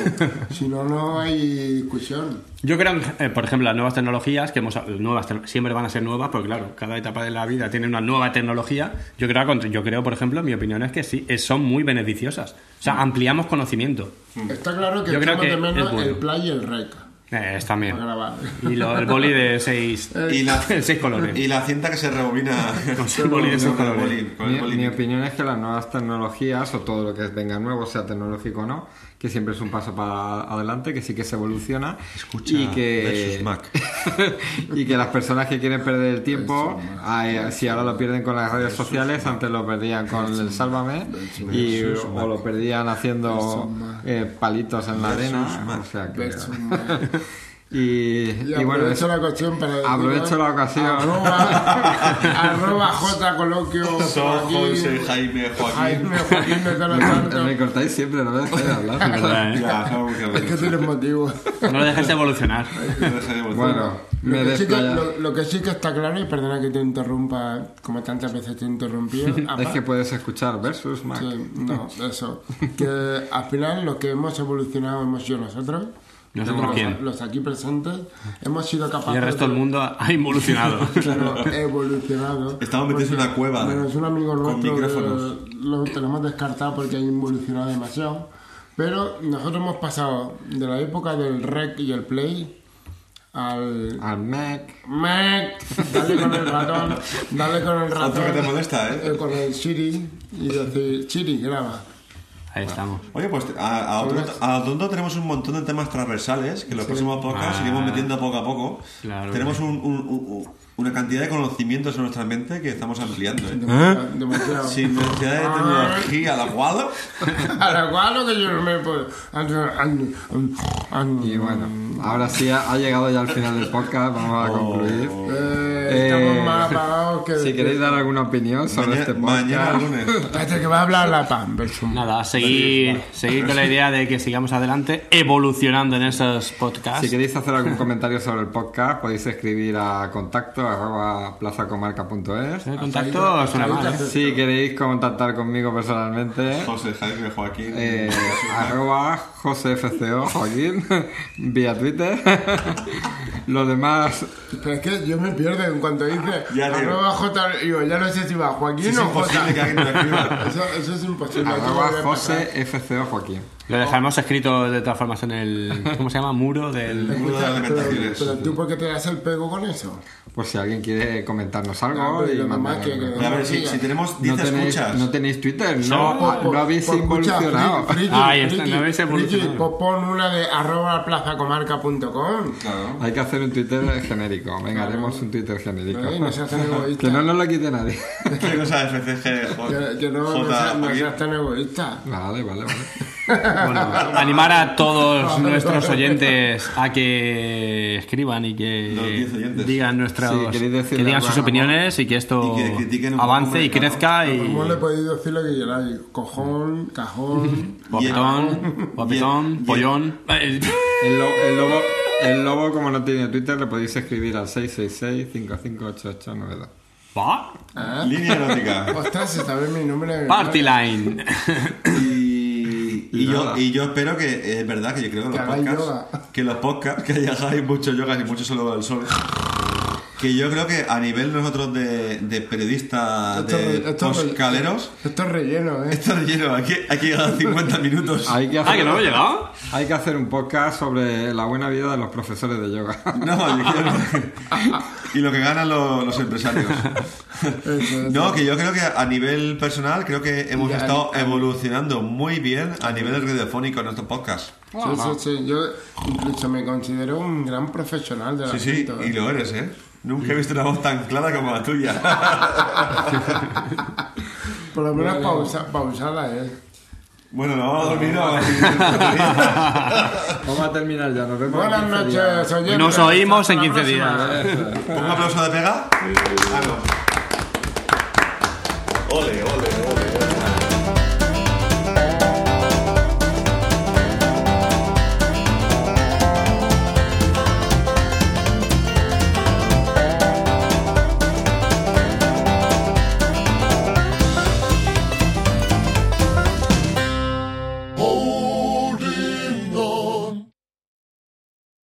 Speaker 4: si no, no hay discusión.
Speaker 5: Yo creo, eh, por ejemplo, las nuevas tecnologías, que hemos, nuevas, te- siempre van a ser nuevas, porque claro, cada etapa de la vida tiene una nueva tecnología. Yo creo, al contra- yo creo por ejemplo, mi opinión es que sí, eh, son muy beneficiosas. O sea, ampliamos conocimiento.
Speaker 4: Está claro que
Speaker 5: Yo creo
Speaker 4: echamos
Speaker 5: que
Speaker 4: de menos
Speaker 5: es bueno.
Speaker 4: el play y el rec.
Speaker 5: Eh, está bien.
Speaker 4: Para grabar.
Speaker 5: Y lo- el boli de seis,
Speaker 3: Y la,
Speaker 5: seis colores.
Speaker 3: y la cinta que se rebobina con
Speaker 5: el boli de esos
Speaker 3: con el
Speaker 5: colores.
Speaker 3: boli- con el
Speaker 2: Mi,
Speaker 3: boli.
Speaker 2: mi opinión es que las nuevas tecnologías o todo lo que venga nuevo, sea tecnológico o no, que siempre es un paso para adelante, que sí que se evoluciona.
Speaker 3: Escucha
Speaker 2: y que,
Speaker 3: versus Mac.
Speaker 2: y que las personas que quieren perder el tiempo, ay, si ahora lo pierden con las redes sociales, antes lo perdían con el Sálvame y, o lo perdían haciendo
Speaker 4: Mac.
Speaker 2: eh, palitos en la
Speaker 3: Versus
Speaker 2: arena.
Speaker 3: Mac.
Speaker 2: O sea que-
Speaker 4: Versus Mac.
Speaker 2: y,
Speaker 4: Y
Speaker 2: y bueno,
Speaker 4: aprovecho
Speaker 2: eso-
Speaker 4: la ocasión para deciros,
Speaker 2: aprovecho la ocasión.
Speaker 4: Arroba, arroba J Coloquio.
Speaker 3: Son
Speaker 4: Joaquín,
Speaker 3: José, Jaime, Joaquín.
Speaker 4: Jaime, Joaquín de todos los santos.
Speaker 2: me cortáis siempre, no me dejáis hablar. de verdad.
Speaker 5: Verdad, ¿eh?
Speaker 3: Ya, son muy
Speaker 4: Es que
Speaker 3: cabrones.
Speaker 4: tienes motivos.
Speaker 5: No lo dejes de evolucionar.
Speaker 3: No dejaremos
Speaker 2: Bueno,
Speaker 4: Lo
Speaker 2: me
Speaker 4: que, sí que,
Speaker 2: desplaya.
Speaker 4: lo, lo que sí que está claro, y perdona que te interrumpa, como tantas veces te he interrumpido,
Speaker 2: Es
Speaker 4: apa-
Speaker 2: que puedes escuchar versus Mac.
Speaker 4: Sí, no, eso. Que al final lo que hemos evolucionado hemos sido nosotros.
Speaker 5: ¿Nosotros
Speaker 4: los,
Speaker 5: quién?
Speaker 4: los aquí presentes. Hemos sido capaces
Speaker 5: Y el resto del mundo ha involucionado.
Speaker 4: Claro, evolucionado.
Speaker 3: Estamos metidos en
Speaker 4: Porque
Speaker 3: una cueva,
Speaker 4: Menos un amigo
Speaker 3: con
Speaker 4: nuestro
Speaker 3: micrófonos.
Speaker 4: que lo tenemos descartado porque ha involucionado demasiado. Pero nosotros hemos pasado de la época del rec y el play al
Speaker 2: Al Mac.
Speaker 4: Mac, dale con el ratón, dale con el
Speaker 3: Otro que te
Speaker 4: ratón,
Speaker 3: molesta, ¿eh?
Speaker 4: eh, con el Siri y decir, Siri, graba.
Speaker 5: Ahí estamos.
Speaker 3: Oye, pues a, a Odonto- a Odonto tenemos un montón de temas transversales que en los próximos podcasts
Speaker 5: Ah.
Speaker 3: iremos metiendo poco a poco.
Speaker 5: Claro. eh.
Speaker 3: tenemos un- un- un- una cantidad de conocimientos en nuestra mente que estamos ampliando. ¿eh?
Speaker 4: Demasiado. Ah, demasiado.
Speaker 3: Sin necesidad de tecnología, la cual.
Speaker 4: A la cual lo que yo no me puedo.
Speaker 2: Y bueno, ahora sí ha, ha llegado ya al final del podcast, vamos a concluir.
Speaker 4: Eh, estamos
Speaker 2: Eh,
Speaker 4: más apagados que.
Speaker 2: Si queréis dar alguna opinión sobre
Speaker 3: Maña-
Speaker 2: este podcast.
Speaker 3: mañana lunes.
Speaker 4: Espérate, que va a hablar la PAM, verso.
Speaker 5: Nada, seguir, seguir con la idea de que sigamos adelante evolucionando en esos podcasts.
Speaker 2: Si queréis hacer algún comentario sobre el podcast, podéis escribir a contacto arroba plazacomarca.es.
Speaker 5: El contacto suena mal, ¿eh?
Speaker 2: Si queréis contactar conmigo personalmente,
Speaker 3: José, Jaime, Joaquín.
Speaker 2: eh, arroba josefco Joaquín, vía Twitter. Los demás
Speaker 4: Pero es que yo me pierdo en cuanto dice.
Speaker 3: Ah, Ya, tío.
Speaker 4: arroba J. Digo, ya no sé si va Joaquín
Speaker 3: es
Speaker 4: o J.
Speaker 3: imposible que alguien te escriba.
Speaker 4: Eso, eso es imposible. aquí
Speaker 2: arroba
Speaker 4: no voy a pasar.
Speaker 2: José FCO Joaquín.
Speaker 5: Lo dejaremos escrito de todas formas en el. ¿Cómo se llama? Muro del.
Speaker 3: Muro de
Speaker 4: Escucha, pero,
Speaker 3: alimentaciones.
Speaker 4: pero tú, ¿por qué te das el pego con eso?
Speaker 2: Por si alguien quiere comentarnos
Speaker 4: Ah,
Speaker 2: algo
Speaker 4: pero
Speaker 2: y
Speaker 4: lo
Speaker 2: mandar
Speaker 4: demás que-
Speaker 2: algo.
Speaker 3: Pero a ver, si, si tenemos 10
Speaker 2: no tenéis,
Speaker 3: escuchas.
Speaker 2: no tenéis Twitter, no,
Speaker 4: Por-
Speaker 2: ah,
Speaker 4: por-
Speaker 2: no habéis
Speaker 4: por- escucha,
Speaker 2: involucionado.
Speaker 4: friki, friki,
Speaker 5: Ahí está,
Speaker 4: friki,
Speaker 5: este, no habéis evolucionado.
Speaker 4: friki, pues pon una de arroba plazacomarca.com.
Speaker 3: Claro.
Speaker 2: Hay que hacer un Twitter genérico. Venga, haremos un Twitter genérico.
Speaker 4: ¿eh? No seas tan egoísta.
Speaker 2: que no nos lo quite nadie.
Speaker 3: ¿Qué cosa FCG? J,
Speaker 4: Que- que no, no
Speaker 3: J,
Speaker 4: seas, no
Speaker 3: Joaquín?
Speaker 4: seas tan egoísta.
Speaker 2: vale, vale, vale.
Speaker 5: Bueno, animar a todos nuestros oyentes a que escriban y
Speaker 3: Los diez
Speaker 5: que
Speaker 3: oyentes.
Speaker 5: digan nuestras.
Speaker 2: Sí, queréis decirle
Speaker 5: que digan
Speaker 2: algo
Speaker 5: sus
Speaker 2: a Ramón.
Speaker 5: opiniones y que esto
Speaker 3: Y que critiquen un poco
Speaker 5: avance y
Speaker 3: más, ¿no?
Speaker 5: crezca
Speaker 4: Como
Speaker 5: y.
Speaker 4: le he podido decir lo que queráis. Cojón, cajón.
Speaker 5: Guapetón, guapetón,
Speaker 3: Bien,
Speaker 5: pollón.
Speaker 2: El, lo- el lobo, el lobo, como no tiene Twitter, le podéis escribir al 666-558892.
Speaker 5: ¿Va?
Speaker 4: ¿eh?
Speaker 3: Línea erótica.
Speaker 4: Ostras, si sabes mi nombre.
Speaker 5: Party line.
Speaker 3: Y, y
Speaker 2: Y
Speaker 3: yo,
Speaker 2: nada.
Speaker 3: y yo espero que, es verdad que yo creo que los
Speaker 4: Que hagáis
Speaker 3: podcasts,
Speaker 4: yoga.
Speaker 3: que los podcasts, que haya- hay muchos yogas y mucho solo del sol, que yo creo que a nivel nosotros de, de periodistas,
Speaker 4: Esto es re-
Speaker 3: de
Speaker 4: esto es re-
Speaker 3: poscaleros,
Speaker 4: Esto es relleno, ¿eh?
Speaker 3: esto relleno, aquí, aquí llegan 50 minutos.
Speaker 2: Hay que,
Speaker 5: Ah,
Speaker 2: hacer,
Speaker 5: que no hemos llegado.
Speaker 2: hay que hacer un podcast sobre la buena vida de los profesores de yoga.
Speaker 3: No, yo creo que- y lo que ganan lo- los empresarios. No, que yo creo que a nivel personal, creo que hemos
Speaker 4: Ya,
Speaker 3: estado evolucionando muy bien a nivel radiofónico en nuestro podcast.
Speaker 4: Sí, sí, sí. Yo incluso me considero un gran profesional de la
Speaker 3: Sí, sí, y lo eres, ¿eh? Nunca he visto una voz tan clara como la tuya.
Speaker 4: Por lo menos pausa- pausada, ¿eh?
Speaker 3: Bueno, no, vamos a dormir no.
Speaker 2: Vamos a terminar ya, nos vemos.
Speaker 4: Buenas
Speaker 2: en 15 días.
Speaker 4: noches, oyentes.
Speaker 5: Nos oímos en
Speaker 4: Hasta la
Speaker 5: 15 días.
Speaker 4: próxima.
Speaker 3: Pongo un aplauso de pega. Ah, no.